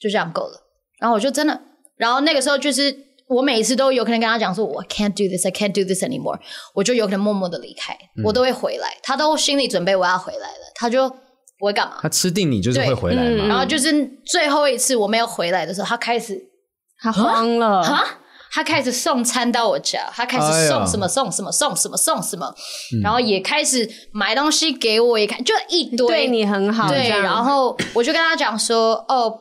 A: 就这样够了。然后我就真的，然后那个时候就是我每一次都有可能跟他讲说，我 can't do this，I can't do this anymore，我就有可能默默的离开，
C: 嗯
A: 我都会回来，他都心理准备我要回来了，他就不会干嘛
B: 他。吃定你就是会
A: 对
B: 回来
C: 嗯
B: 嘛。
A: 然后就是最后一次我没有回来的时候，他开始
C: 他慌了，
A: 啊，他开始送餐到我家，他开
B: 哎
A: 始
B: 呀
A: 送什么、送什么送什么送什么，然后也开始买东西给我，也看就一堆
C: 对你很好，
A: 对，
C: 这样
A: 然后我就跟他讲说，哦，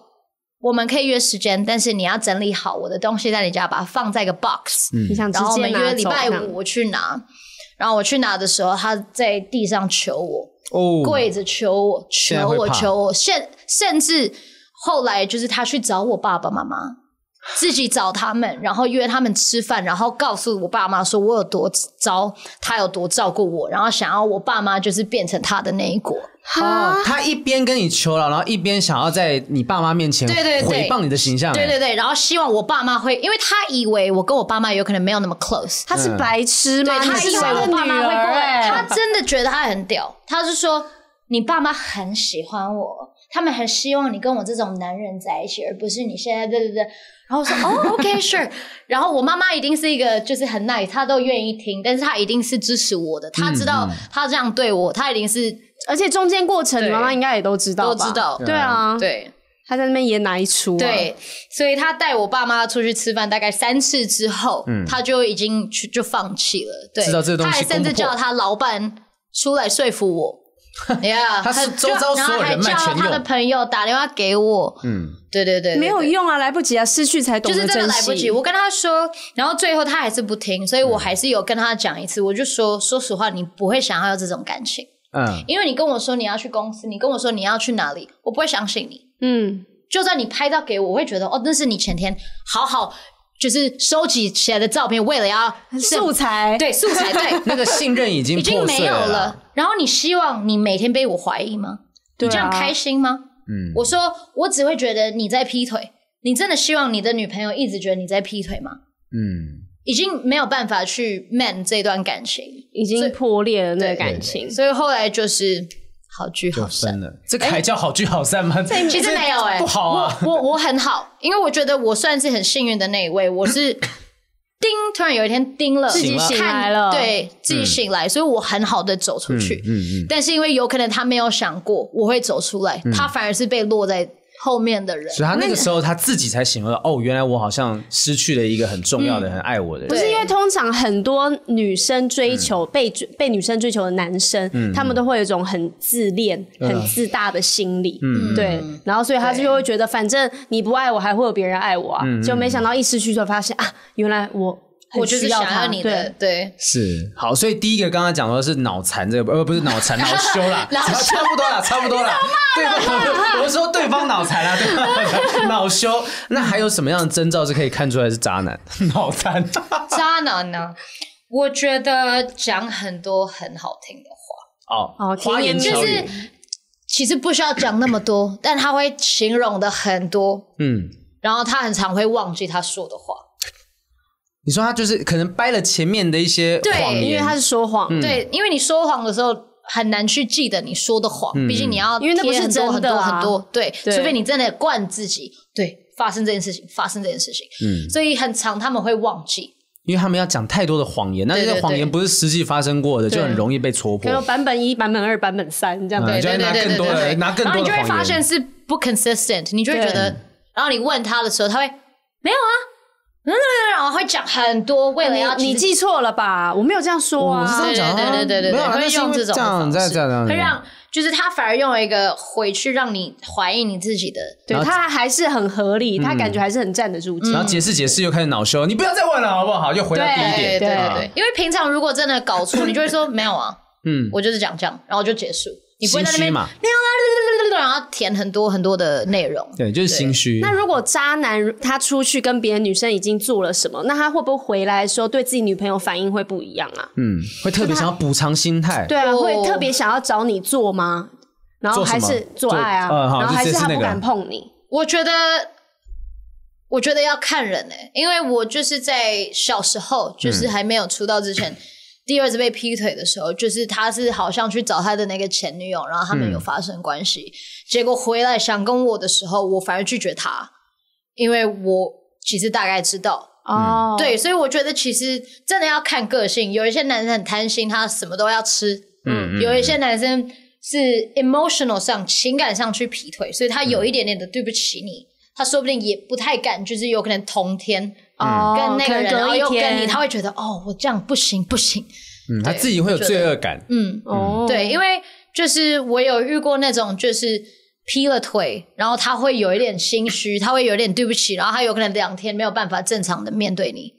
A: 我们可以约时间，但是你要整理好我的东西在你家，把它放在一个 box，、
C: 你想直
A: 然后我
C: 接
A: 们
C: 拿
A: 约
C: 走
A: 礼拜
C: 这样
A: 五我去拿，然后我去拿的时候，他在地上求我，
B: 哦，
A: 跪着求我，
B: 现在
A: 求
B: 会
A: 我，
B: 怕
A: 求我，甚甚至后来就是他去找我爸爸妈妈，自己找他们，然后约他们吃饭，然后告诉我爸妈说我有多糟，他有多照顾我，然后想要我爸妈就是变成他的那一国。
B: 哦，他一边跟你求饶，然后一边想要在你爸妈面前
A: 对对对
B: 毁谤你的形象。
A: 对对
B: 哎，
A: 对，然后希望我爸妈会，因为他以为我跟我爸妈有可能没有那么 close，
C: 他是白痴吗？
A: 对他
C: 你是
A: 以为
C: 他
A: 我
C: 的
A: 爸
C: 女
A: 妈会过
C: 儿
A: 来，
C: 哎
A: 他真的觉得他很屌。他是说你爸妈很喜欢我，他们很希望你跟我这种男人在一起，而不是你现在对对对。然后我说哦，OK sure。然后我妈妈一定是一个就是很 nice，她都愿意听，但是她一定是支持我的。她知道她这样对我，她一定是
C: 而且中间过程，
A: 对
C: 你妈妈应该也都知道
A: 都
C: 吧，
A: 知道。
C: 对啊，
A: 对
C: 他在那边演哪一出、啊？，
A: 对，所以他带我爸妈出去吃饭，大概三次之后，他就已经去就放弃了。对，
B: 嗯知道这个东西
A: 他还甚至
B: 攻不破
A: 叫他老板出来说服 我。yeah,
B: 他是周遭
A: 然后
B: 所有
A: 还
B: 人脉
A: 叫
B: 全
A: 他的
B: 用
A: 朋友打电话给我。嗯，对对对对
C: 没有
A: 对
C: 用啊，来不及啊，失去才懂
A: 就
C: 得
A: 是
C: 珍惜。
A: 真的来不及。我跟他说，然后最后他还是不听，所以我还是有跟他讲一次，我就说，说实话，你不会想要这种感情，
B: 嗯，
A: 因为你跟我说你要去公司，你跟我说你要去哪里，我不会相信你。
C: 嗯，
A: 就算你拍照给我，我会觉得哦，那是你前天好好就是收集起来的照片，为了要
C: 素材
A: 对素材对
B: 那个信 任已经
A: 已经
B: 破
A: 没
B: 碎
A: 有
B: 啦。
A: 了。然后你希望你每天被我怀疑吗？
C: 对啊
A: 你这样开心吗？嗯，我说我只会觉得你在劈腿。你真的希望你的女朋友一直觉得你在劈腿吗？
B: 嗯，
A: 已经没有办法去 man 这段感情，
C: 已经破裂了那个感情。
A: 所以后来就是好聚
B: 就
A: 好散
B: 分。了。这
A: 哎
B: 个还叫好聚好散吗？
A: 其实没有哎、
B: 不好啊。
A: 我我我很好，因为我觉得我算是很幸运的那一位，我是叮，突然有一天叮了，
C: 自己
A: 看
C: 醒来了
A: 对自己醒来，所以我很好的走出去。
B: 嗯嗯嗯，嗯
A: 但是因为有可能他没有想过我会走出来，他反而是被落在后面的人。
B: 所以他那个时候他自己才醒悟到，哦，原来我好像失去了一个很重要的、很爱我的
A: 嗯对
B: 人。
C: 是因为通常很多女生追
B: 嗯
C: 求、被追被女生追求的男生，他们都会有一种很自恋、
B: 嗯
C: 很自大的心理，对，然后所以他就会觉得，反正你不爱我，还会有别人爱我
B: 嗯
C: 啊，就没想到一失去就发现啊，原来我很
A: 我就是
C: 需
A: 想
C: 他
A: 要你的，
C: 对
A: 对，
B: 是好，所以第一个刚刚讲到的是脑残这个，呃，不是脑残，恼羞 啦，差差不多啦，差不多啦。对，对我是 说对方脑残啦，啊对 方恼羞。那还有什么样的征兆是可以看出来是渣男？ 脑残，
A: 渣男呢？我觉得讲很多很好听的话。
B: 哦
C: 哦
B: 花言
C: 甜言
B: 巧
A: 蜜
B: 语，
A: 语其实不需要讲那么多，但他会形容的很多，
B: 嗯，
A: 然后他很常会忘记他说的话。
B: 你说他就是可能掰了前面的一些
A: 对
B: 谎言，
C: 因为他是说谎，
B: 嗯
A: 对，因为你说谎的时候很难去记得你说的谎，
B: 嗯
A: 毕竟你要
C: 因为那不
A: 贴
C: 是
A: 很多
C: 真
A: 很多
C: 的啊
A: 很多，对，
C: 对
A: 除非你真的惯自己，对，发生这件事情，发生这件事情，嗯，所以很常他们会忘记，
B: 因为他们要讲太多的谎言，那这
A: 对
B: 些
A: 对
B: 谎言
A: 对
B: 不是实际发生过的，就很容易被戳破
C: 还。有版本一、版本二、版本三这样
B: 嗯
C: 对
A: 对
B: 就会
A: 对
B: 拿
A: 对对
B: 更
A: 对
B: 多的
A: 对，
B: 拿更多的
A: 然后你就会
B: 谎言
A: 发现是不 consistent，你就会觉得，然后你问他的时候，他会没有啊，嗯，然后会讲很多，为了要
C: 你你
A: 其实
C: 记错了吧？我没有这样说
B: 我是这
C: 啊
B: 样，讲的啊，
A: 对对对对对
B: 没有啊，
A: 会
B: 那是因
A: 用
B: 为
A: 这种的
B: 样
A: 方
B: 这样这样嗯这样，
A: 会让就是他反而用一个回去让你怀疑你自己的。
C: 对他还是很合理，
B: 嗯
C: 他感觉还是很站得住脚
A: 嗯
B: 然。后解释解释又开始恼羞，你不要再问了好不好？又回到第一
A: 对
B: 点，
A: 对对
B: 啊
A: 对，因为平常如果真的搞错，你就会说没有啊，嗯，我就是讲这样，然后就结束。你不会在那
B: 心
A: 边
B: 虚嘛
A: 然后填很多很多的内容。
B: 对，就是心虚。
C: 那如果渣男他出去跟别的女生已经做了什么，那他会不会回来的时候对自己女朋友反应会不一样啊？
B: 嗯，会特别想要补偿心态。
C: 对啊，
A: 哦
C: 会特别想要找你做吗？然后
B: 做什
C: 还
B: 么
C: 是做爱啊，
B: 做呃好
C: 然后还
B: 就是是
C: 他
B: 那
C: 不
B: 个
C: 敢碰你。
A: 我觉得，我觉得要看人诶、因为我就是在小时候，就是还没有出道之前，
B: 嗯
A: 第二次被劈腿的时候，就是他是好像去找他的那个前女友，然后他
B: 嗯
A: 们有发生关系，结果回来想跟我的时候，我反而拒绝他，因为我其实大概知道。
C: 哦，
A: 对，所以我觉得其实真的要看个性，有一些男生很贪心，他什么都要吃，
B: 嗯嗯
A: 有一些男生是 emotional 上情感上去劈腿，所以他
B: 嗯
A: 有一点点的对不起你，他说不定也不太敢，就是有可能同天
B: 嗯
C: 哦，
A: 跟那
C: 可
A: 个
C: 能
A: 人，然后
C: 隔一
A: 又跟你，
C: 天
A: 他会觉得哦，我这样不行不行，
B: 嗯，他自己会有罪恶感。
A: 嗯，
C: 哦，
A: 对，因为就是我有遇过那种就是劈了腿，然后他会有一点心虚，他会有点对不起，然后他有可能两天没有办法正常的面对你，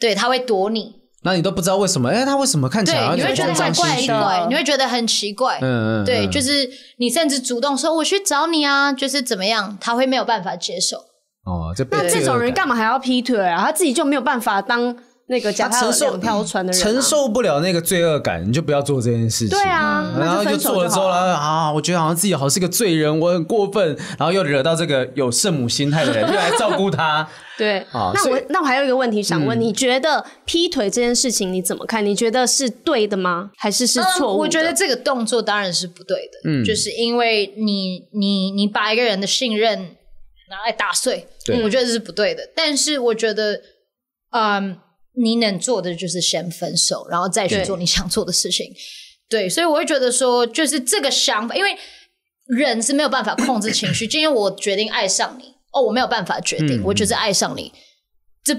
A: 对，他会躲你，
B: 那你都不知道为什么？哎，他为什么看起来
A: 对，
B: 好
A: 你
B: 像
A: 会觉得
B: 慌
A: 怪
B: 张心
A: 怪
B: 虚？
A: 的，你会觉得很奇怪。
B: 嗯嗯，
A: 对，
B: 嗯
A: 就是你甚至主动说我去找你啊，就是怎么样，他会没有办法接受。
B: 哦，就被
C: 那这
B: 罪恶
C: 种人
B: 感
C: 干嘛还要劈腿啊？他自己就没有办法当那个脚
B: 他
C: 踏
B: 承受
C: 两条船的人啊，
B: 承受不了那个罪恶感，你就不要做这件事情。
C: 对啊，
B: 然
C: 那
B: 后
C: 就分手
B: 做了之
C: 好
B: 后，然
C: 了。
B: 后啊，我觉得好像自己好像是个罪人，我很过分，然后又惹到这个有圣母心态的人，又来照顾他。
C: 对，
B: 啊
C: 那
B: 所
C: 我
B: 以嗯
C: 那我还有一个问题想问，你觉得劈腿这件事情你怎么看？你觉得是对的吗？还是是错误的？
A: 嗯。我觉得这个动作当然是不对的，就是因为你你你把一个人的信任拿来打碎，
B: 对
A: 我觉得这是不对的。但是我觉得，嗯，你能做的就是先分手，然后再去
C: 对
A: 做你想做的事情。对，所以我会觉得说，就是这个想法，因为人是没有办法控制情绪。今天我决定爱上你，哦，我没有办法决定，我就是爱上你，这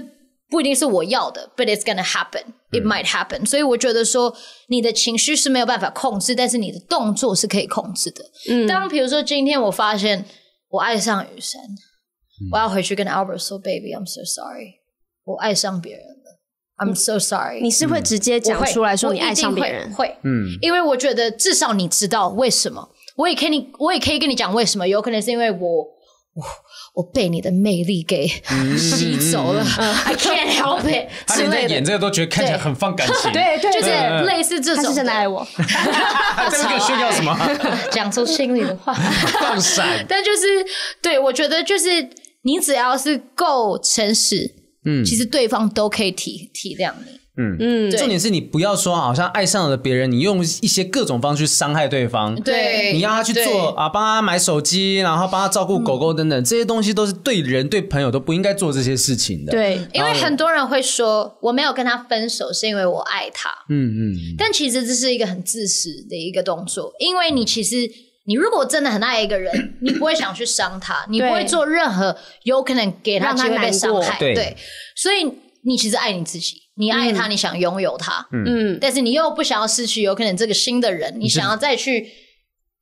A: 不一定是我要的，but it's gonna happen, it
C: 嗯
A: might happen、所以我觉得说，你的情绪是没有办法控制，但是你的动作是可以控制的。
C: 嗯
A: 当比如说今天我发现我爱上雨珊，
C: 嗯
A: 我要回去跟 Albert 说，baby, I'm so sorry，我爱上别人了，I'm so sorry。
C: 你是会直接
A: 我
C: 讲
A: 会
C: 出来说
A: 我
C: 你
A: 一
C: 爱上
A: 定
C: 别
A: 会
C: 人，
A: 会，
B: 嗯，
A: 因为我觉得至少你知道为什么。我也可以你，我也可以跟你讲为什么，有可能是因为我我我被你的魅力给吸走了、i can't help
B: 嗯
A: it
B: 他
A: 之
B: 连在
A: 类的
B: 演。这个都觉得看起来很放感情。
C: 对对，
A: 就是
C: 对
A: 类似这
C: 他
A: 种，
C: 是真的爱
A: 我，
C: 我，
B: 这个炫耀什么？
A: 哎讲出心里的话。
B: 放闪。
A: 但就是对我觉得，就是你只要是够诚实，嗯，其实对方都可以体体谅你。
C: 嗯，
A: 对
B: 重点是你不要说好像爱上了别人，你用一些各种方式去伤害对方。
A: 对，
B: 你要他去做啊，帮他买手机，然后帮他照顾狗狗等等，这些东西都是对人对朋友都不应该做这些事情的。，
C: 对，
A: 因为很多人会说，我没有跟他分手是因为我爱他，
B: 嗯嗯，
A: 但其实这是一个很自私的一个动作，因为你其实你如果真的很爱一个人，你不会想去伤他，你不会做任何有可能给他
C: 让他
A: 机会被
C: 难
A: 伤
C: 过
A: 害，
B: 对
A: 所以你其实爱你自己，你爱他，你想拥有他，
C: 嗯，
A: 但是你又不想要失去有可能这个新的人，你想要再去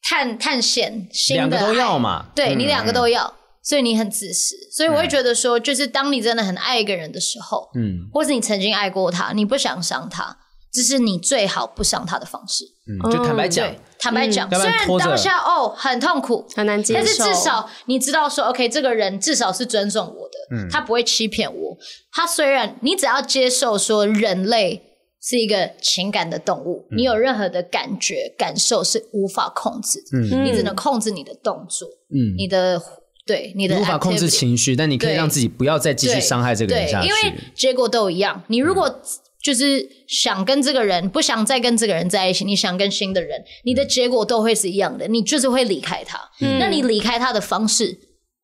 A: 探探险新的
B: 两个都
A: 爱
B: 要嘛。
A: 对
B: 嗯
A: 你两个都要，所以你很自私。所以我会觉得说，就是当你真的很爱一个人的时候，
B: 嗯
A: 嗯，或是你曾经爱过他，你不想伤他，这是你最好不伤他的方式。
B: 嗯就坦白讲，
A: 对，坦白讲，
B: 嗯要不
A: 虽
B: 然
A: 然
B: 拖着
A: 当下哦很痛苦，
C: 很难接受，
A: 但是至少你知道说，OK，这个人至少是尊重我的，
B: 嗯
A: 他不会欺骗我。他虽然你只要接受说人类是一个情感的动物，
B: 嗯
A: 你有任何的感觉感受是无法控制的，
B: 嗯
A: 你只能控制你的动作，
B: 嗯，
A: 你的对你的
B: 你无法控制
A: activity
B: 情绪，但你可以
A: 对
B: 让自己不要再继续
A: 对
B: 伤害这个人
A: 对
B: 下去。嗯
A: 因为结果都一样。你如果就是想跟这个人，不想再跟这个人在一起，你想跟新的人，你的结果都会是一样的，你就是会离开他。
B: 嗯
A: 那你离开他的方式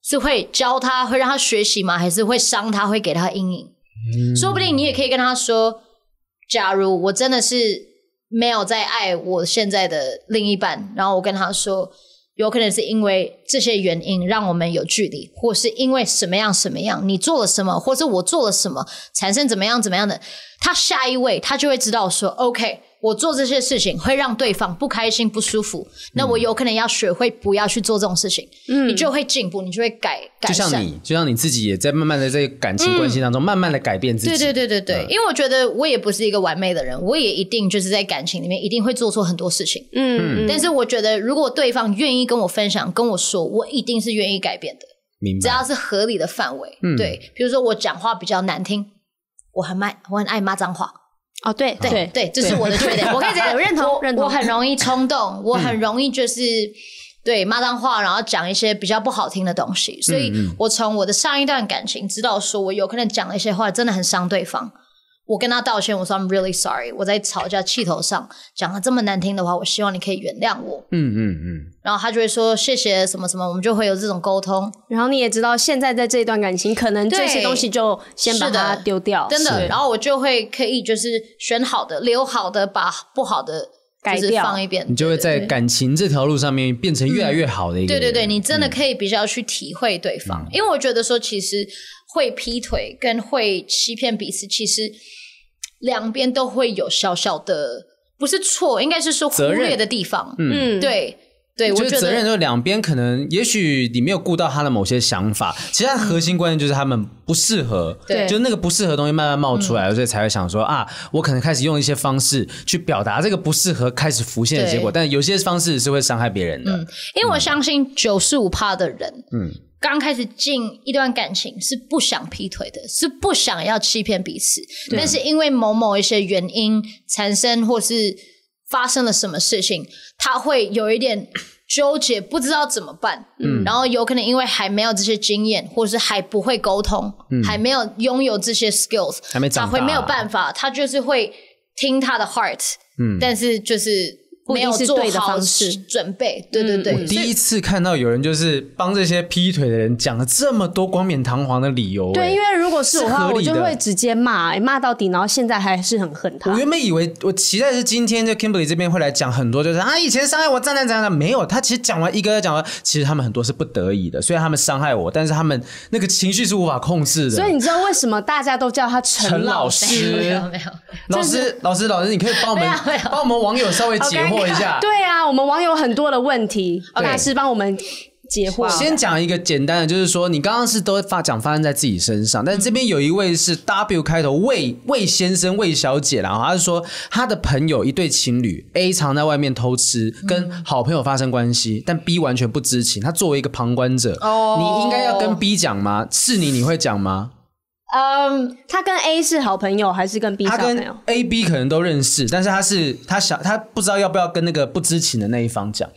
A: 是会教他，会让他学习吗？还是会伤他，会给他阴影？
B: 嗯
A: 说不定你也可以跟他说，假如我真的是没有在爱我现在的另一半，然后我跟他说，有可能是因为这些原因让我们有距离，或是因为什么样什么样，你做了什么，或是我做了什么，产生怎么样怎么样的，他下一位他就会知道说，OK，我做这些事情会让对方不开心、不舒服，那
B: 嗯
A: 我有可能要学会不要去做这种事情，你就会进步，你就会改改
B: 就
A: 善。
B: 像你，就像你自己也在慢慢的在感情关系当中，慢慢的改变自己。
A: 嗯
B: 嗯
A: 对对对对对，因为我觉得我也不是一个完美的人，我也一定就是在感情里面一定会做错很多事情。
C: 嗯，
A: 但是我觉得，如果对方愿意跟我分享、跟我说，我一定是愿意改变的，
B: 明
A: 只
B: 白。
A: 要是合理的范围。
B: 嗯
A: 对，比如说我讲话比较难听，我很爱我很爱骂脏话，
C: 哦，对
A: 对
C: 对，
A: 对，这是我的缺点。我可以这样
C: 我认同
A: 我
C: 认同嗯
A: 我很容易冲动，我很容易就是。对骂脏话，然后讲一些比较不好听的东西，所以
C: 嗯
A: 我从我的上一段感情知道，说我有可能讲了一些话，真的很伤对方。我跟他道歉，我说 I'm really sorry，我在吵架气头上讲了这么难听的话，我希望你可以原谅我。
B: 嗯嗯嗯，
A: 然后他就会说谢谢什么什么，我们就会有这种沟通。
C: 然后你也知道，现在在这一段感情，可能这些
A: 对
C: 东西就先把
A: 是的
C: 它丢掉，
A: 真
B: 是
A: 的。然后我就会可以就是选好的，留好的，把不好的
C: 改
A: 就是
C: 掉
A: 放一边。
B: 你就会
A: 对对
B: 在
A: 对嗯
B: 感情这条路上面变成越来越好的一个
A: 对
B: 人。
A: 对对，你
B: 嗯
A: 真的可以比较去体会对方，因为我觉得说，其实会劈腿跟会欺骗彼此，其实两边都会有小小的，不是错，应该是说忽
B: 责任
A: 略的地方。
C: 嗯，
A: 对对，我
B: 就是
A: 觉
B: 责任，
A: 得
B: 就两边可能，也许你没有顾到他的某些想法，其实他的核心观念就是他们不适合，
A: 对嗯
B: 就是那个不适合的东西慢慢冒出来，所以才会想说啊，我可能开始用一些方式去表达这个不适合开始浮现的结果，
A: 对嗯
B: 但有些方式是会伤害别人的，
A: 因
B: 嗯
A: 为我相信九十五趴的人，嗯，刚开始进一段感情是不想劈腿的，是不想要欺骗彼此，但是因为某某一些原因产生或是发生了什么事情，他会有一点纠结，不知道怎么办。嗯，然后有可能因为还没有这些经验，或是还不会沟通，还没有拥有这些 skills，
B: 嗯还没
A: 他
B: 长大
A: 会没有办法，他就是会听他的 heart，嗯，但是就是。
C: 不
A: 没
C: 一定
A: 有
C: 是
A: 做
C: 对的
A: 好
C: 方式
A: 准备，对
C: 嗯
A: 对对，
B: 我第一次看到有人就是帮这些劈腿的人讲了这么多冠冕堂皇的理由、
C: 对，
B: 欸
C: 因为如果是我的
B: 是
C: 话，
B: 合
C: 我
B: 理的
C: 就会直接骂，哎骂到底，然后现在还是很恨他
B: 我。原本以为，我期待是今天就 Kimberly 这边会来讲很多，就是啊，以前伤害我，怎样怎样怎样，没有，他其实讲完一个，讲完，其实他们很多是不得已的，虽然他们伤害我，但是他们那个情绪是无法控制的。
C: 所以你知道为什么大家都叫他陈
B: 陈
C: 老
B: 老
C: 师？
B: 师
A: 没有没有没有，
B: 老师，老师，老师，你可以帮我们
A: 没有没有
B: 帮我们网友稍微解惑一下。
C: 对啊，我们网友很多的问题，大师帮我们解惑。
B: 先讲一个简单的，就是说你刚刚是都发讲发生在自己身上，但是这边有一位是 W 开头魏魏先生魏小姐啦，然后他是说他的朋友一对情侣 A 常在外面偷吃，跟好朋友发生关系，但 B 完全不知情，他作为一个旁观者，
C: 哦
B: 你应该要跟 B 讲吗？是你你会讲吗？
A: 嗯，
C: 他跟 A 是好朋友还是跟 B 是
B: 他
C: 好朋
B: 跟
C: 友？
B: A、B 可能都认识，但是他是他想他不知道要不要跟那个不知情的那一方讲，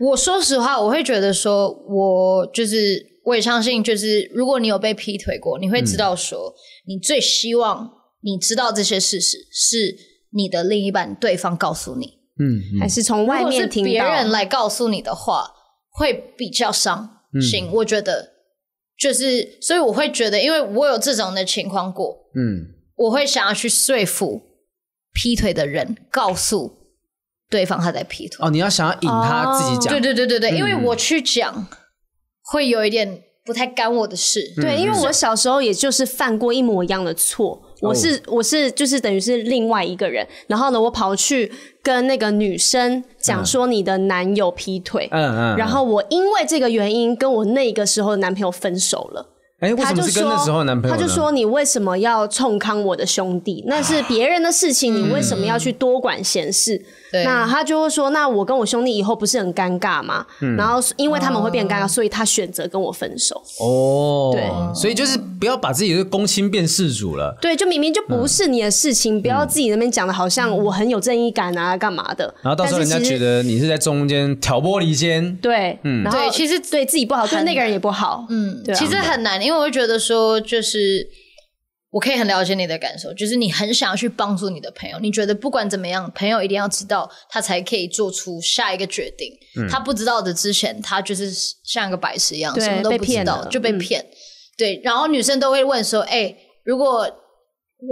A: 我说实话，我会觉得说，我就是我也相信，就是如果你有被劈腿过，你会知道说，你最希望你知道这些事实是你的另一半对方告诉你，
B: 嗯，嗯
C: 还是从外
A: 如果是
C: 面听
A: 别
C: 到？
A: 人来告诉你的话，会比较伤
C: 嗯
A: 心。我觉得就是，所以我会觉得，因为我有这种的情况过，
B: 嗯。
A: 我会想要去说服劈腿的人，告诉对方他在劈腿。
B: 哦，你要想要引他自己讲，
C: 哦
B: 嗯
A: 对对对对对，因为我去讲会有一点不太干我的事。
B: 嗯
C: 对，因为我小时候也就是犯过一模一样的错。
B: 哦
C: 我是、我是就是等于是另外一个人，然后呢，我跑去跟那个女生讲说你的男友劈腿，
B: 嗯嗯，
C: 然后我因为这个原因跟我那个时候的男朋友分手了。
B: 哎，为
C: 他
B: 什么
C: 就是
B: 跟
C: 说
B: 那时候的男朋友呢？
C: 他就说你为什么要冲康我的兄弟？那是别人的事情，你为什么要去多管闲事？
A: 对
C: 那他就会说，那我跟我兄弟以后不是很尴尬吗？
B: 嗯
C: 然后因为他们会变
A: 哦
C: 尴尬，所以他选择跟我分手。
B: 哦，
C: 对
B: 所以就是不要把自己的公亲变事主了。
C: 对，就明明就不是你的事情，不要自己那边讲的好像我很有正义感啊，干嘛的？
B: 然后到时候人
C: 但是
B: 家
C: 其实
B: 觉得嗯你是在中间挑拨离间，
C: 对，然后
A: 对其实
C: 对自己不好，对
A: 很
C: 那个人也不好。
A: 嗯，
C: 对啊
A: 其实很难，因为我会觉得说，就是我可以很了解你的感受，就是你很想要去帮助你的朋友，你觉得不管怎么样，朋友一定要知道，他才可以做出下一个决定。
C: 嗯
A: 他不知道的之前，他就是像一个白痴一样，
C: 对
A: 什么都
C: 被
A: 不知
C: 骗
A: 道
C: 了
A: 就被骗。对，然后女生都会问说：“哎、如果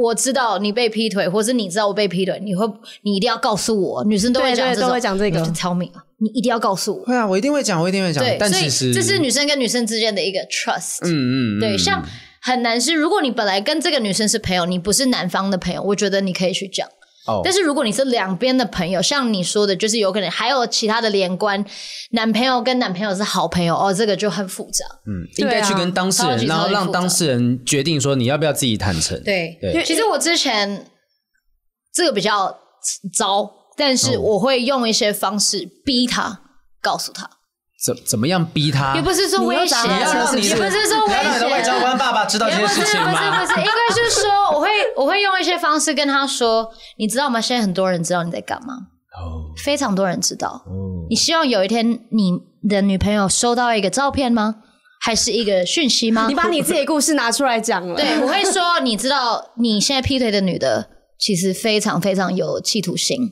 A: 我知道你被劈腿，或是你知道我被劈腿，你会你一定要告诉我。”女生都会
C: 对
A: 讲
C: 对
A: 这种，
C: 都会讲这个
A: 你就 tell me，你一定要告诉我。
B: 会啊，我一定会讲，我一定会讲
A: 对，。
B: 但
A: 所以
B: 其实
A: 这是女生跟女生之间的一个 trust。
B: 嗯嗯嗯，
A: 对，像很难是，如果你本来跟这个女生是朋友，你不是男方的朋友，我觉得你可以去讲。
B: 哦
A: 但是如果你是两边的朋友，像你说的，就是有可能还有其他的连关，男朋友跟男朋友是好朋友哦，这个就很复杂。
B: 嗯，应该去跟当事
A: 啊超级
B: 人，然
A: 超
B: 后
A: 级
B: 让
A: 复杂
B: 当事人决定说你要不要自己坦诚。
A: 对
B: 对
C: 因为
A: 其实我之前这个比较糟，但
B: 哦
A: 是我会用一些方式逼他。告诉他，
B: 怎怎么样逼他？
A: 也不是说
C: 你要
A: 威胁，
C: 找
B: 啊
C: 他
B: 你要让你
A: 也不是说
B: 你
A: 威
B: 要让你的外
A: 胁
B: 交，官爸爸知道这
A: 也
B: 件
A: 不是
B: 事
A: 不是
B: 情
A: 不
B: 吗？
A: 是，应该是说我会我会用一些方式跟他说，你知道吗？现在很多人知道你在干嘛，
B: 哦
A: 非常多人知道。
B: 哦
A: 你希望有一天你的女朋友收到一个照片吗？还是一个讯息吗
C: 你？把你自己的故事拿出来讲了，
A: 对，我会说，你知道你现在劈腿的女的其实非常非常有企图心。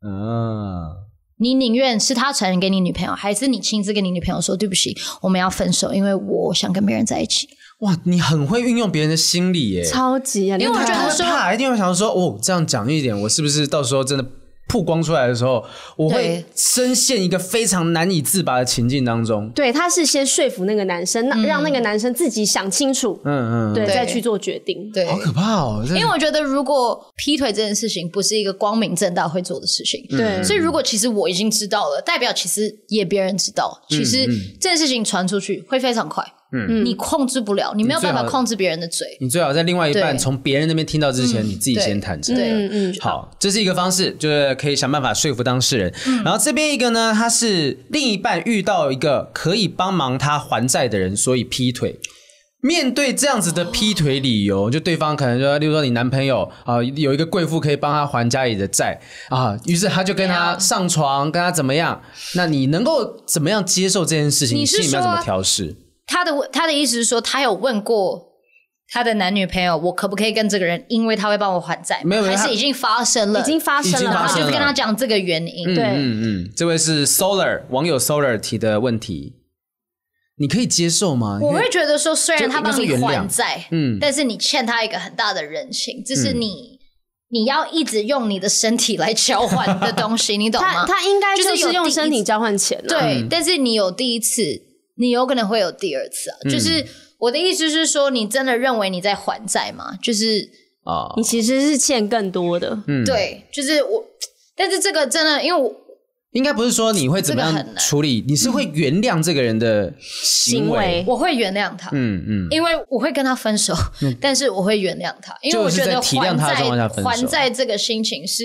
B: 啊，
A: 你宁愿是他传染给你女朋友，还是你亲自跟你女朋友说对不起，我们要分手，因为我想跟别人在一起？
B: 哇，你很会运用别人的心理耶。
C: 超级啊！
A: 因为我
C: 你
A: 觉得
C: 看
B: 他
A: 说
B: 怕一定会想说，哦，这样讲一点，我是不是到时候真的曝光出来的时候，我会
A: 对
B: 深陷一个非常难以自拔的情境当中？
C: 对，他是先说服那个男生，那让那个男生自己想清楚，
B: 嗯嗯，
C: 对，
A: 嗯对
C: 再去做决定。
A: 对
B: 好可怕哦！因
A: 因为我觉得，如果劈腿这件事情不是一个光明正大会做的事情，
B: 嗯
C: 对
A: 所以如果其实我已经知道了，代表其实也别人知道，
B: 嗯
A: 其实这件事情传出去会非常快，嗯，你控制不了，你没有办法
B: 你最好
A: 控制别人的嘴，
B: 你最好在另外一半
A: 对
B: 从别人那边听到之前，
A: 嗯
B: 你自己先坦诚。
A: 对
C: 嗯嗯，
B: 好，这是一个方式，就是可以想办法说服当事人。
A: 嗯
B: 然后这边一个呢，他是另一半遇到一个可以帮忙他还债的人，所以劈腿。面对这样子的劈腿理由，就对方可能说，例如说你男朋友啊、有一个贵妇可以帮他还家里的债啊，于是他就跟他
A: 对啊
B: 上床，跟他怎么样？那你能够怎么样接受这件事情？
A: 你是
B: 心里面要怎么
A: 说
B: 调试？
A: 他的他的意思是说，他有问过他的男女朋友，我可不可以跟这个人，因为他会帮我还债吗，
B: 没有没有
A: 还
B: 他
A: 是已经发生了，
C: 已经发生
B: 已经
C: 了，
A: 然
B: 发
A: 后
B: 生
A: 就
B: 了
A: 是跟他讲这个原因，
C: 对
B: 嗯嗯，这位是 Solar 网友 Solar 提的问题，你可以接受吗？
A: 我
B: 你可
A: 会
B: 以
A: 觉得说，虽然他帮
B: 就
A: 你
B: 应该说原谅
A: 还债，
B: 嗯
A: 嗯，但是你欠他一个很大的人情，这是你、你要一直用你的身体来交换的东西，你懂
C: 他
A: 吗？
C: 他应该
A: 就是
C: 就是
A: 有
C: 用
A: 第一
C: 身体
A: 次
C: 交换钱、啊，
A: 对，但是你有第一次，你有可能会有第二次啊。就是我的意思是说，你真的认为你在还债吗？就是、
B: 啊，
C: 你其实是欠更多的。
B: 嗯
A: 对，就是我，但是这个真的，因为我
B: 应该不是说你会怎么
A: 这个
B: 样
A: 很难
B: 处理，你是会原谅这个人的行
C: 行
B: 为
C: 为。
A: 我会原谅他，
B: 嗯嗯，
A: 因为我会跟他分手，但是我会原谅他，因为我觉得
B: 就是在体谅
A: 还
B: 他的
A: 债
B: 状况下分手
A: 还债这个心情是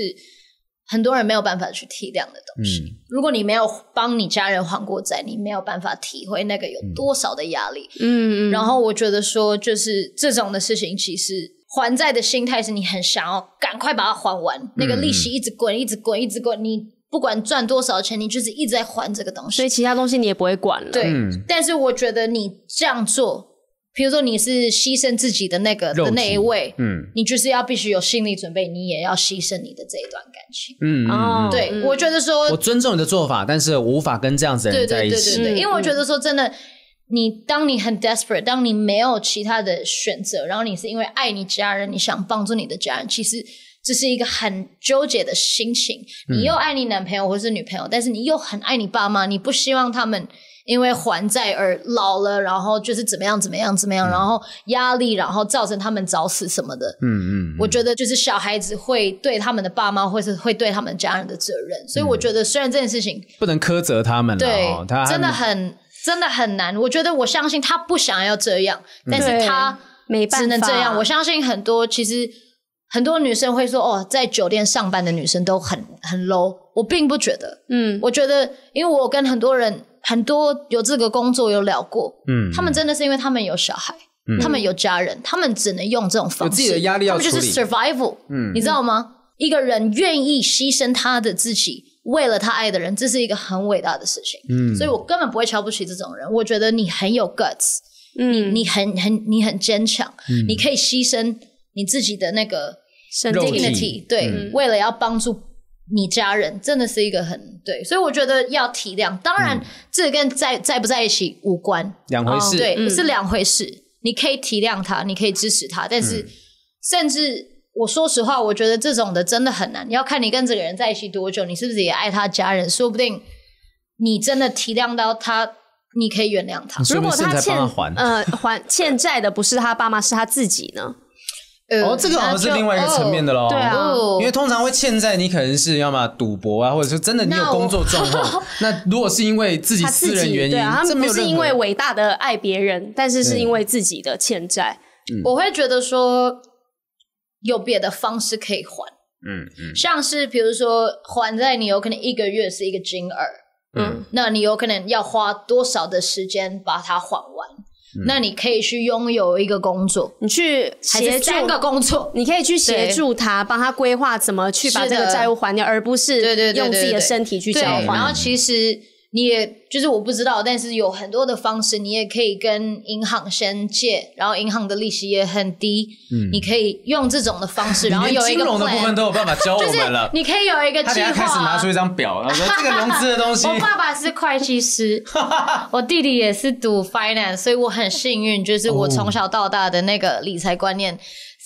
A: 很多人没有办法去体谅的
B: 嗯
A: 东西。如果你没有帮你家人还过债，你没有办法体会那个有多少的压力。
C: 嗯嗯，
A: 然后我觉得说，就是这种的事情，其实还债的心态是你很想要赶快把它还完，那个利息一直滚，一直滚，一直滚，你不管赚多少钱，你就是一直在还这个东西。
C: 所以其他东西你也不会管了。
A: 对，
B: 嗯
A: 但是我觉得你这样做，比如说你是牺牲自己的那个
B: 肉体
A: 的那一位，
B: 嗯
A: 你就是要必须有心理准备，你也要牺牲你的这一段感情。
B: 嗯嗯嗯，
C: 哦
A: 对，我觉得说
B: 我，尊重你的做法，但是我无法跟这样子的
A: 对
B: 人在
A: 对
B: 一
A: 对对
B: 起。
A: 对，
C: 嗯
A: 因为我觉得说真的。你当你很 desperate，当你没有其他的选择，然后你是因为爱你家人，你想帮助你的家人，其实这是一个很纠结的心情。你
B: 嗯
A: 又爱你男朋友或是女朋友，但是你又很爱你爸妈，你不希望他们因为还债而老了，然后就是怎么样怎么样怎么样，然后压力，然后造成他们早死什么的。
B: 嗯嗯嗯，
A: 我觉得就是小孩子会对他们的爸妈，或是会对他们家人的责任，所以
B: 嗯
A: 我觉得虽然这件事情
B: 不能苛责他们了
A: 对，
B: 哦，他
A: 真的很真的很难。我觉得我相信他不想要这样，
B: 嗯
A: 但
C: 对
A: 是他
C: 没办法，
A: 只能这样。我相信很多其实很多女生会说，哦，在酒店上班的女生都很很 low。我并不觉得，
C: 嗯，
A: 我觉得因为我跟很多人很多有这个工作有聊过，
B: 嗯
A: 他们真的是因为他们有小孩。他们有家人，他们只能用这种方
B: 有
A: 式，
B: 自己的压力要
A: 他们就是
B: 处理
A: survival，嗯，你知道吗？一个人愿意牺牲他的自己，为了他爱的人，这是一个很伟大的事情。嗯，所以我根本不会瞧不起这种人。我觉得你很有 guts，
C: 嗯，
A: 你很很你很坚强，你可以牺牲你自己的那个
C: 神
B: 肉
C: 经
B: 体嗯
C: 的
A: dignity，对，为了要帮助你家人，真的是一个很对，所以我觉得要体谅。当然，这跟在在不在一起无关，
B: 两回事。
A: 哦对，是两回事。你可以体谅他，你可以支持他，但是、
B: 嗯
A: 甚至我说实话，我觉得这种的真的很难，要看你跟这个人在一起多久，你是不是也爱他家人，说不定你真的体谅到他，你可以原谅他。
B: 说
C: 如
B: 明
C: 果
B: 是你
C: 他
B: 在
C: 欠
B: 帮他还
C: 呃还欠债的不是他爸妈，是他自己呢？
A: 呃
B: 哦，这个好像是另外一个层面的喽。
C: 对啊
A: 哦
B: 因为通常会欠债，你可能是要么赌博啊，或者是真的你有
A: 那我
B: 工作状况。 那如果是因为自己
C: 他
B: 私
C: 自
B: 人
C: 己
B: 原因
C: 对啊，，他
B: 这
C: 们
B: 没
C: 不
B: 有
C: 是
B: 任
C: 因
B: 何
C: 为伟大的爱别人，但是是因为自己的欠债。
A: 我会觉得说有别的方式可以还，
B: 嗯嗯
A: 像是比如说还债，你有可能一个月是一个金额，
B: 嗯
A: 那你有可能要花多少的时间把它还完？
B: 嗯
A: 那你可以去拥有一个工作，
C: 你去
A: 还是
C: 协助
A: 三个工作？
C: 你可以去协助他，帮他规划怎么去把
A: 是的
C: 这个债务还掉，而不是
A: 对对对对
C: 用自己
A: 对
C: 的身体去
A: 对，
C: 交
B: 哎
A: 然
C: 换。
A: 后其实你也就是我不知道，但是有很多的方式，你也可以跟银行先借，然后银行的利息也很低，你可以用这种的方式，然
B: 嗯
A: 后
B: 你连
A: 有一
B: 金
A: 个
B: 融的部分
A: plan，
B: 都有办法教我
A: 就是
B: 们了。
A: 你可以有一个
B: 他
A: 计
B: 等一下
A: 划
B: 开始拿
A: 啊
B: 出。一张表， 然后说这个融资的东西，
A: 我爸爸是会 计师，我弟弟也是读 finance，所以我很幸运，就是我从小到大的那个理财观念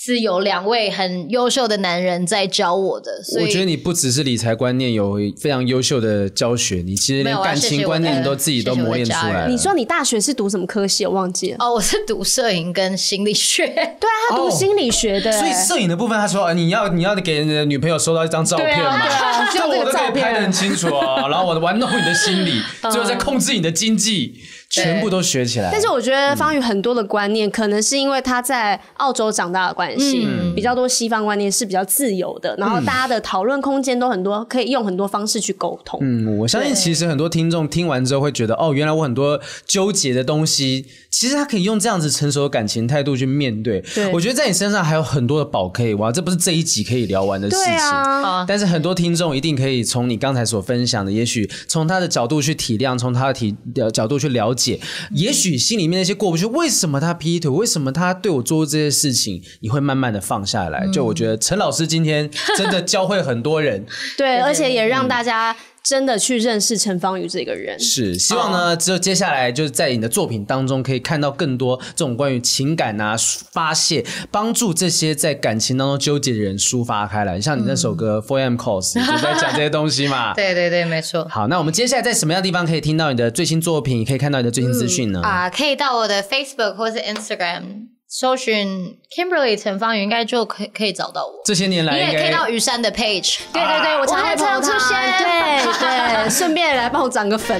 A: 是有两位很优秀的男人在教我的。所以
B: 我觉得你不只是理财观念有非常优秀的教学，你其实
A: 没
B: 连
A: 有我要
B: 感
A: 谢
B: 情
A: 谢我
B: 观
A: 的
B: 念都自己都
A: 谢谢我的
B: 磨练出
A: 家人
B: 来了。
C: 你说你大学是读什么科系？我忘记了。
A: 哦，我是读摄影跟心 理学，
C: 对啊，他读
B: 哦
C: 心理学的、欸
B: 所以摄影的部分，他说呃你要你要给你的女朋友收到一张照片
C: 对
B: 嘛
C: 啊对啊，
B: 这
C: 就这个
B: 我都可以
C: 照片
B: 拍的很清楚哦，然后我玩弄你的心 理，
A: 嗯
B: 最后再控制你的经济，全部都学起来。
C: 但是我觉得方宇很多的观念，可能是因为他在澳洲长大的关系，
A: 嗯
C: 比较多西方观念是比较自由的，然后大家的讨论空间都很多，可以用很多方式去沟通。
B: 嗯，我相信其实很多听众听完之后会觉得，哦，原来我很多纠结的东西，其实他可以用这样子成熟的感情态度去面对。
C: 对
B: 我觉得在你身上还有很多的宝可以挖，这不是这一集可以聊完的事
C: 对
B: 情。
C: 啊，
A: 啊，
B: 但是很多听众一定可以从你刚才所分享的，也许从他的角度去体谅，从他的体呃角度去了解，
C: 嗯
B: 也许心里面那些过不去，为什么他劈腿，为什么他对我做这些事情，你会慢慢的放下来。
C: 嗯
B: 就我觉得陈老师今天真的教会很多 人，
C: 对，而且也
A: 嗯
C: 让大家真的去认识陈方宇这个人。
B: 是
A: 嗯
B: 希望呢，只有接下来就是在你的作品当中可以看到更多这种关于情感啊发泄，帮助这些在感情当中纠结的人抒发开来。像你那首歌《Four M Calls》就在讲这些东西嘛。
A: 嗯 对对对，没错。
B: 好，那我们接下来在什么样的地方可以听到你的最新作品，可以看到你的最新资讯呢？
A: 啊、可以到我的 Facebook 或是 Instagram 搜寻 Kimberly 陈芳宇，应该就可以可以找到我。
B: 这些年
A: 你
B: 来应
A: 也可以到
B: 该。
A: 雨山的 page，
C: 对对对，我常
A: 我
C: 会
A: 很
C: po 他
A: 常出现
C: 对 对，顺便来帮我涨个粉。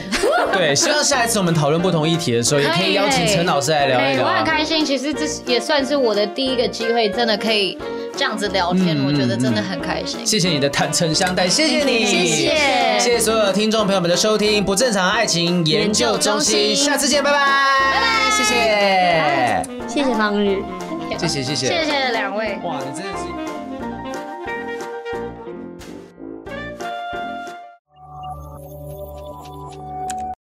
B: 对，希望下一次我们讨论不同议题的时候，也可以邀请陈老师来聊一聊
A: 对我很
B: 啊。
A: 开心，其实这是也算是我的第一个机会，真的可以这样子聊天，
B: 嗯
A: 我觉得真的很开心。
B: 谢谢你的坦诚相待，谢谢你，
A: 谢谢
B: 谢谢所有听众朋友们的收听，《不正常爱情研究中心》，
A: 研究中心
B: 下次见，拜拜，拜拜，谢谢，
C: 谢谢方宇。
B: 谢谢，谢谢，
A: 谢谢两位。
B: 哇，你真的是。